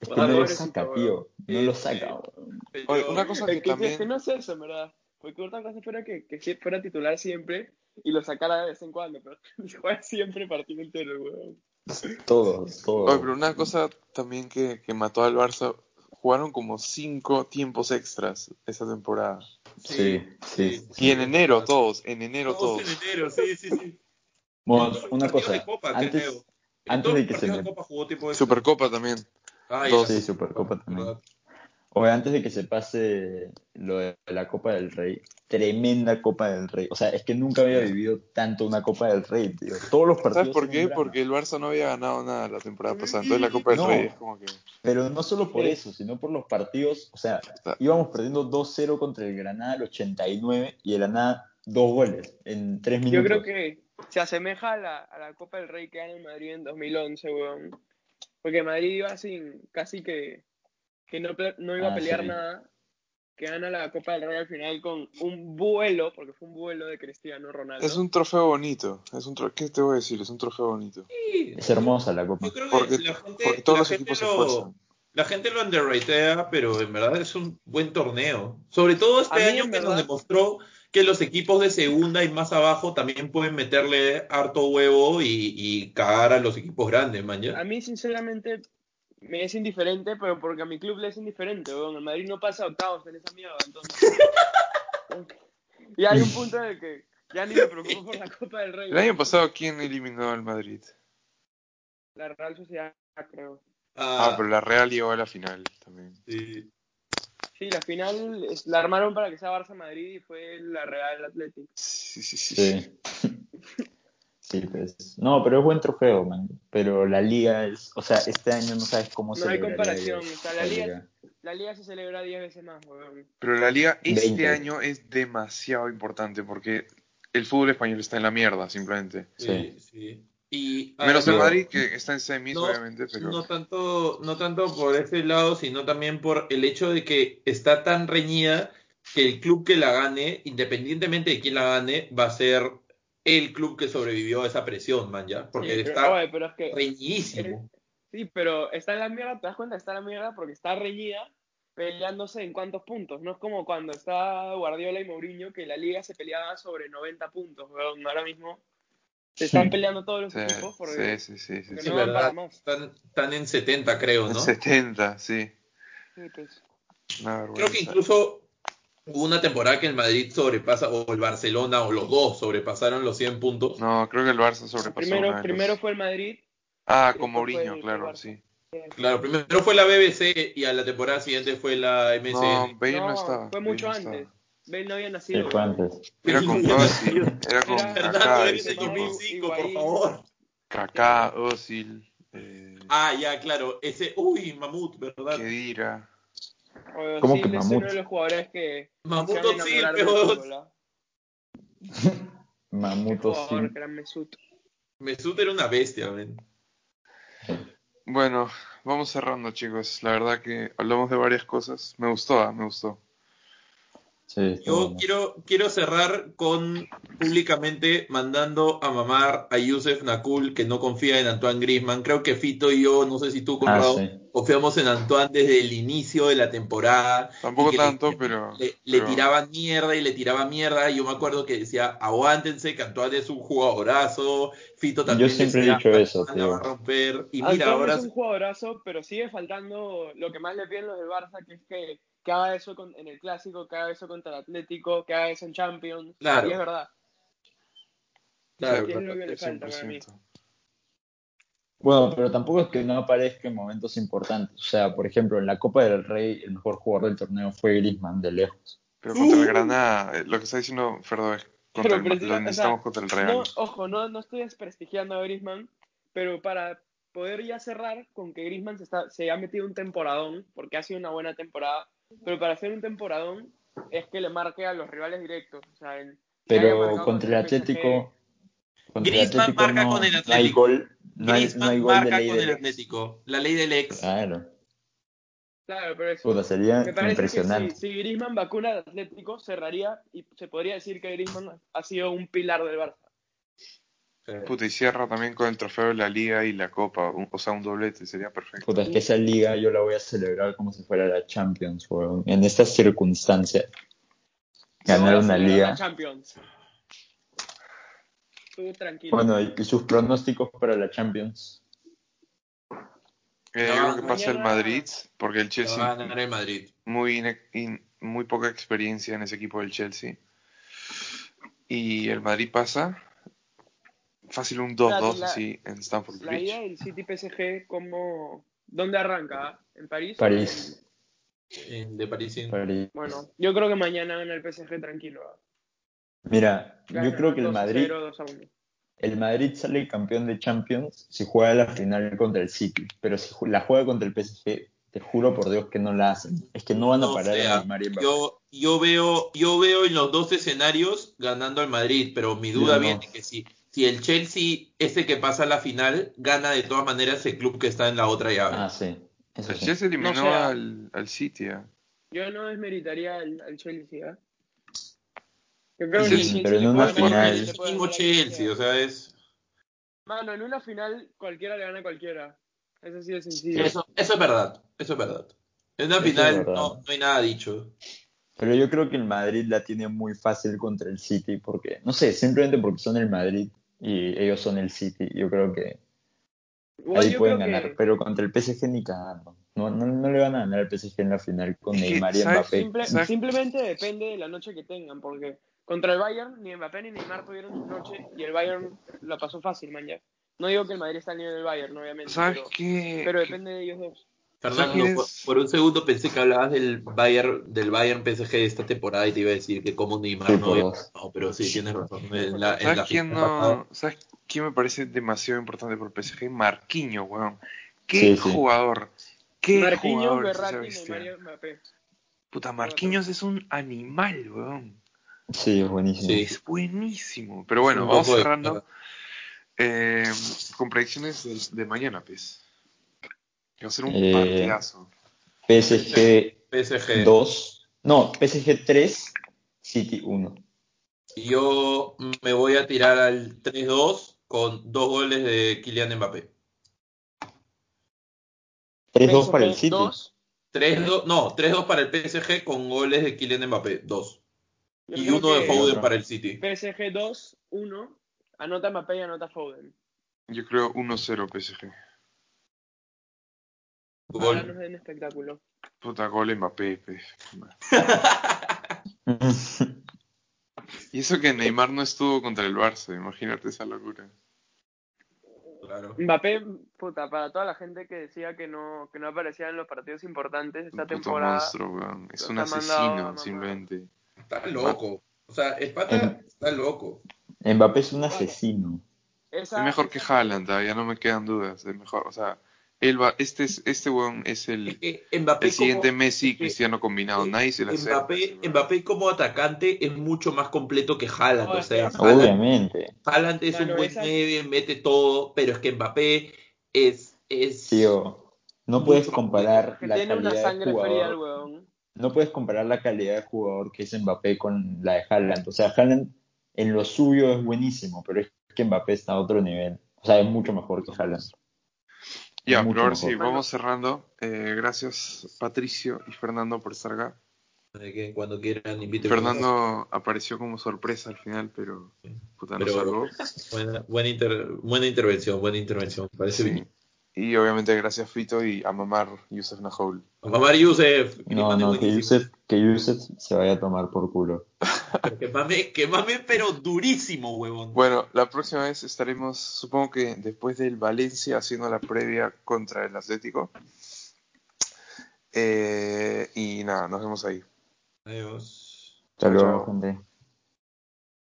Es que Ah, no lo pobrecito, saca, weón. tío. No lo Sí, saca. sí. weón. Pero- Oye, una cosa Es que que, es que también... no es eso, en verdad. Porque otra cosa fuera que, que sí fuera titular siempre y lo sacara de vez en cuando, pero juega siempre partido entero, weón. Todos, todos. Oye, pero una cosa también que, que mató al Barça, jugaron como cinco tiempos extras esa temporada. Sí, sí. sí. Y en enero todos, en enero Todos todos. en enero, sí, sí, sí. Bueno, una Partido de cosa. Copa, creo. Antes, antes Todos de los que se partidos de me Copa jugó tipo de Supercopa también. Ah, Dos. Sí, Supercopa también. Oye, antes de que se pase lo de la Copa del Rey, tremenda Copa del Rey. O sea, es que nunca había vivido tanto una Copa del Rey, tío. Todos los partidos. ¿Sabes por son qué? un drama. Porque el Barça no había ganado nada la Mm, temporada pasada. Entonces la Copa del No. Rey es como que... Pero no solo por eso, sino por los partidos. O sea, Ah. sea- íbamos perdiendo 2-0 contra el Granada al 89 y el Granada dos goles en tres Yo minutos. creo que se asemeja a la, a la Copa del Rey que gana el Madrid en 2011, weón. Porque Madrid iba sin, casi que, que no, pe- no iba a Ah, pelear sí. nada. Que gana la Copa del Rey al final con un vuelo, porque fue un vuelo de Cristiano Ronaldo. Es un trofeo bonito. Es un tro- ¿Qué te voy a decir? Es un trofeo bonito. Sí, Es hermosa la copa. Yo creo que Porque, la gente, porque todos la los gente equipos se lo- esfuerzan. La gente lo underratea, pero en verdad es un buen torneo. Sobre todo este A mí, año en que nos verdad- demostró que los equipos de segunda y más abajo también pueden meterle harto huevo y, y cagar a los equipos grandes, man. A ¿ya? mí, sinceramente, me es indiferente, pero porque a mi club le es indiferente, weón. El Madrid no pasa a octavos en esa mierda, entonces. y hay un punto en el que ya ni me preocupo por la Copa del Rey. El año pasado, ¿quién eliminó al Madrid? La Real Sociedad, creo. Ah, Ah, pero la Real llegó a la final también. sí. Sí, la final es- la armaron para que sea Barça-Madrid y fue la Real Atlético. Sí, sí, sí. Sí. Sí, pues. No, pero es buen trofeo, man. Pero la liga es. O sea, este año no sabes cómo No se hay comparación, o sea, la liga- La Liga se celebra 10 veces más, weón. Pero la liga este 20. año es demasiado importante porque el fútbol español está en la mierda, simplemente. Sí, sí. Y, Ah, Menos el no. además, Madrid, que está en semis, No, obviamente, pero... No tanto, no tanto por ese lado, sino también por el hecho de que está tan reñida que el club que la gane, independientemente de quién la gane, va a ser el club que sobrevivió a esa presión, man, ya. Porque Sí, pero, está oye, pero es que reñidísimo. Sí, pero está en la mierda, te das cuenta, está en la mierda porque está reñida peleándose en cuántos puntos. No es como cuando está Guardiola y Mourinho, que la liga se peleaba sobre 90 puntos, weón. Ahora mismo se están peleando todos los Sí, equipos porque, sí, sí, sí, sí, porque sí. no ¿verdad? van para más. Están, están en 70, creo, En ¿no? 70, sí. Sí, pues. Una Creo vergüenza. que incluso hubo una temporada que el Madrid sobrepasa, o el Barcelona, o los dos sobrepasaron los 100 puntos. No, creo que el Barça sobrepasó una Primero, de primero los- fue el Madrid. eh, Ah, después con Mourinho, fue el claro, Barça. sí. Claro, primero fue la BBC y a la temporada siguiente fue la MSN. No, Bale no, No, estaba. fue Bale mucho no estaba. antes. Bale no había Sí, nacido. fue weón. antes. Era con Rossi, era con Era- Kaká, Fernando, eres ese del ese tipo. 2005, por Higuaín. favor. Kaká, Özil, eh, Ah, ya, claro. Ese, uy, Mamut, Ah, ¿verdad? Khedira. Oye, ¿Cómo sí, que es Mamut? uno de los jugadores que Mamut se van a sí, enamorar del fútbol, pero ¿ah? Qué Mamuto jugador, sí. que era Mesut. Mesut era una bestia, ven. Bueno, vamos cerrando, chicos. La verdad que hablamos de varias cosas. Me gustó, ah, me gustó. Sí, está Yo bueno. quiero, quiero cerrar con públicamente mandando a mamar a Youssef Nakul, que no confía en Antoine Griezmann. Creo que Fito y yo, no sé si tú, Ah, Conrado, sí. confiamos en Antoine desde el inicio de la temporada. Tampoco Y que le- tanto, pero. le, le pero- tiraba mierda y le tiraba mierda. Y yo me acuerdo que decía, aguántense, que Antoine es un jugadorazo. Fito también. Yo siempre he decía, dicho eso, "Antoine la tío". va a romper. Y Antoine mira, ahora. es un jugadorazo, pero sigue faltando lo que más le piden los del Barça, que es que, que haga eso con- en el Clásico, que haga eso contra el Atlético, que haga eso en Champions. Claro. Y es verdad. Claro, ¿qué es lo claro. que le falta para mí? 100%. Bueno, pero tampoco es que no aparezca en momentos importantes. O sea, por ejemplo, en la Copa del Rey, el mejor jugador del torneo fue Griezmann, de lejos. Pero contra Uh. el Granada, eh, lo que está diciendo Ferdo es contra Pero el Ma- precisa- lo o sea, necesitamos contra el Real. No, ojo, no, no estoy desprestigiando a Grisman, pero para poder ya cerrar con que Grisman se, está, se ha metido un temporadón, porque ha sido una buena temporada, pero para hacer un temporadón es que le marque a los rivales directos. O sea, el- que haya Pero marcado contra el PSG. Atlético. Contra Griezmann el Atlético marca no, con el no hay Atlético. gol. No hay, no Griezmann hay gol de marca ley con de el ex. Ah. Atlético. La ley del ex. Claro. Claro, pero eso. Puta, sería Me parece impresionante. que si, si Griezmann vacuna al Atlético, cerraría y se podría decir que Griezmann ha sido un pilar del Barça. Puta, y cierra también con el trofeo de la Liga y la Copa, un- o sea, un doblete, sería perfecto. Puta, es que esa liga yo la voy a celebrar como si fuera la Champions, weón. En estas circunstancias. Ganar No, una señora, liga. la Champions. Tú tranquilo. Bueno, y y sus pronósticos para la Champions. Eh, No, yo creo que pasa el mañana- Madrid, porque el Lo va a Chelsea, ganar el Madrid. muy, ine- in- muy poca experiencia en ese equipo del Chelsea. Y el Madrid pasa fácil un 2-2 La- así en Stamford La ida Bridge. del City PSG, ¿cómo... ¿dónde arranca? ah? ¿En París? París. en- De París. en- París. Bueno, yo creo que mañana gana el PSG tranquilo. ah. Mira, Gana yo creo que el 2 a Madrid, 0, 2 a 1. el Madrid sale campeón de Champions si juega la final contra el City, pero si ju- la juega contra el PSG, te juro por Dios que no la hacen. Es que no van a No, parar o sea, a Neymar y Mbappé. yo, yo veo, yo veo en los dos escenarios ganando al Madrid, pero mi duda Yo no. viene que si, si el Chelsea, este que pasa a la final, gana de todas maneras el club que está en la otra llave. Ah, sí. Eso El sí. Chelsea eliminó No sea- al, al City. ¿ah? Yo no desmeritaría al, al Chelsea, ¿ah? Yo Sí, que sí, Chelsea pero en le una puede Porque ganar, final- le el puede mismo ganar al Chelsea, o sea, es... Mano, en una final cualquiera le gana a cualquiera. Eso sí es sencillo. Eso, eso es verdad, eso es verdad. En una Eso es final verdad. no, no hay nada dicho. Pero yo creo que el Madrid la tiene muy fácil contra el City porque, no sé, simplemente porque son el Madrid y ellos son el City. Yo creo que Igual ahí yo pueden creo ganar, pues, que pero contra el PSG ni cagando. No, no, no le van a ganar al PSG en la final con Es que, Neymar y ¿sabes? Mbappé. simple- Exacto. simplemente depende de la noche que tengan, porque contra el Bayern ni Mbappé ni Neymar tuvieron su noche y el Bayern la pasó fácil, man, ya. No digo que el Madrid está al nivel del Bayern, obviamente, ¿Sabes pero, qué? pero depende de ellos dos. Fernando, ¿Sabes? por, por un segundo pensé que hablabas del Bayern, del Bayern PSG de esta temporada y te iba a decir que como Neymar Sí, no, por había dos. ganado, pero sí, tienes razón. En la, en ¿Sabes la quién final pasada. no? ¿Sabes quién me parece demasiado importante por el PSG? Marquinho, weón. Qué Sí, sí. jugador. Qué Marquinhos, jugador es esa Berratti, bestia. Neymar y Mbappé. Puta, Marquinhos es un animal, weón. Sí, es buenísimo. Sí. Es buenísimo. Pero bueno, Un vamos poco de- cerrando eh, con predicciones de, de mañana, pues. Que va a ser un Eh, partidazo. PSG PSG. 2. No, PSG 3, City 1. Yo me voy a tirar al 3-2 con dos goles de Kylian Mbappé. 3-2 para el PSG City. dos. 3-2, no, 3-2 para el PSG con goles de Kylian Mbappé, dos. Yo Y creo uno de que Foden Otro. para el City. PSG 2, 1. Anota Mbappé y anota Foden. Yo creo 1-0 PSG. Ahora Gol. nos den espectáculo. Puta, gol Mbappé, pues. Mm, Y eso que Neymar no estuvo contra el Barça, imagínate esa locura. Claro. Mbappé, puta, para toda la gente que decía que no, que no aparecía en los partidos importantes Un esta puto temporada. monstruo, weón. Es los un ha mandado a asesino, mamar. simplemente. Está loco. O sea, el pata Eh. En- está loco. Mbappé es un asesino. Esa, Es mejor esa- que Haaland, ¿ah? ya no me quedan dudas. Es mejor, o sea, él va, este, es- este weón es Es el, que Mbappé el siguiente como- Messi y es que- Cristiano combinado. eh, Nadie se la acerca. Mbappé, ese weón. Mbappé como atacante es mucho más completo que Haaland. No, o es sea, que- Haaland, Obviamente. Haaland es Mano, un buen esa- medio, mete todo, pero es que Mbappé es, es Tío, no puedes comparar que la tiene una calidad de sangre fría el jugador. weón. No puedes comparar la calidad de jugador que es Mbappé con la de Haaland. O sea, Haaland en lo suyo es buenísimo, pero es que Mbappé está a otro nivel. O sea, es mucho mejor que Haaland. Ya, mucho pero ahora mejor. sí, Bueno. vamos cerrando. Eh, gracias Patricio y Fernando por estar acá. de que cuando quieran inviten. Fernando apareció como sorpresa al final, pero puta, nos Pero- salvó. Buena, buena, inter- buena intervención, buena intervención. Parece Sí. bien. Y obviamente gracias Fito y a mamar Yusef Nahoul. Mamar Yusef. No, no, que Yusef, que Yusef se vaya a tomar por culo. Que mame, que mame, pero durísimo, huevón. Bueno, la próxima vez estaremos, supongo que después del Valencia, haciendo la previa contra el Atlético. Eh, y nada, nos vemos ahí. Adiós. Hasta Chao, luego, chao. gente.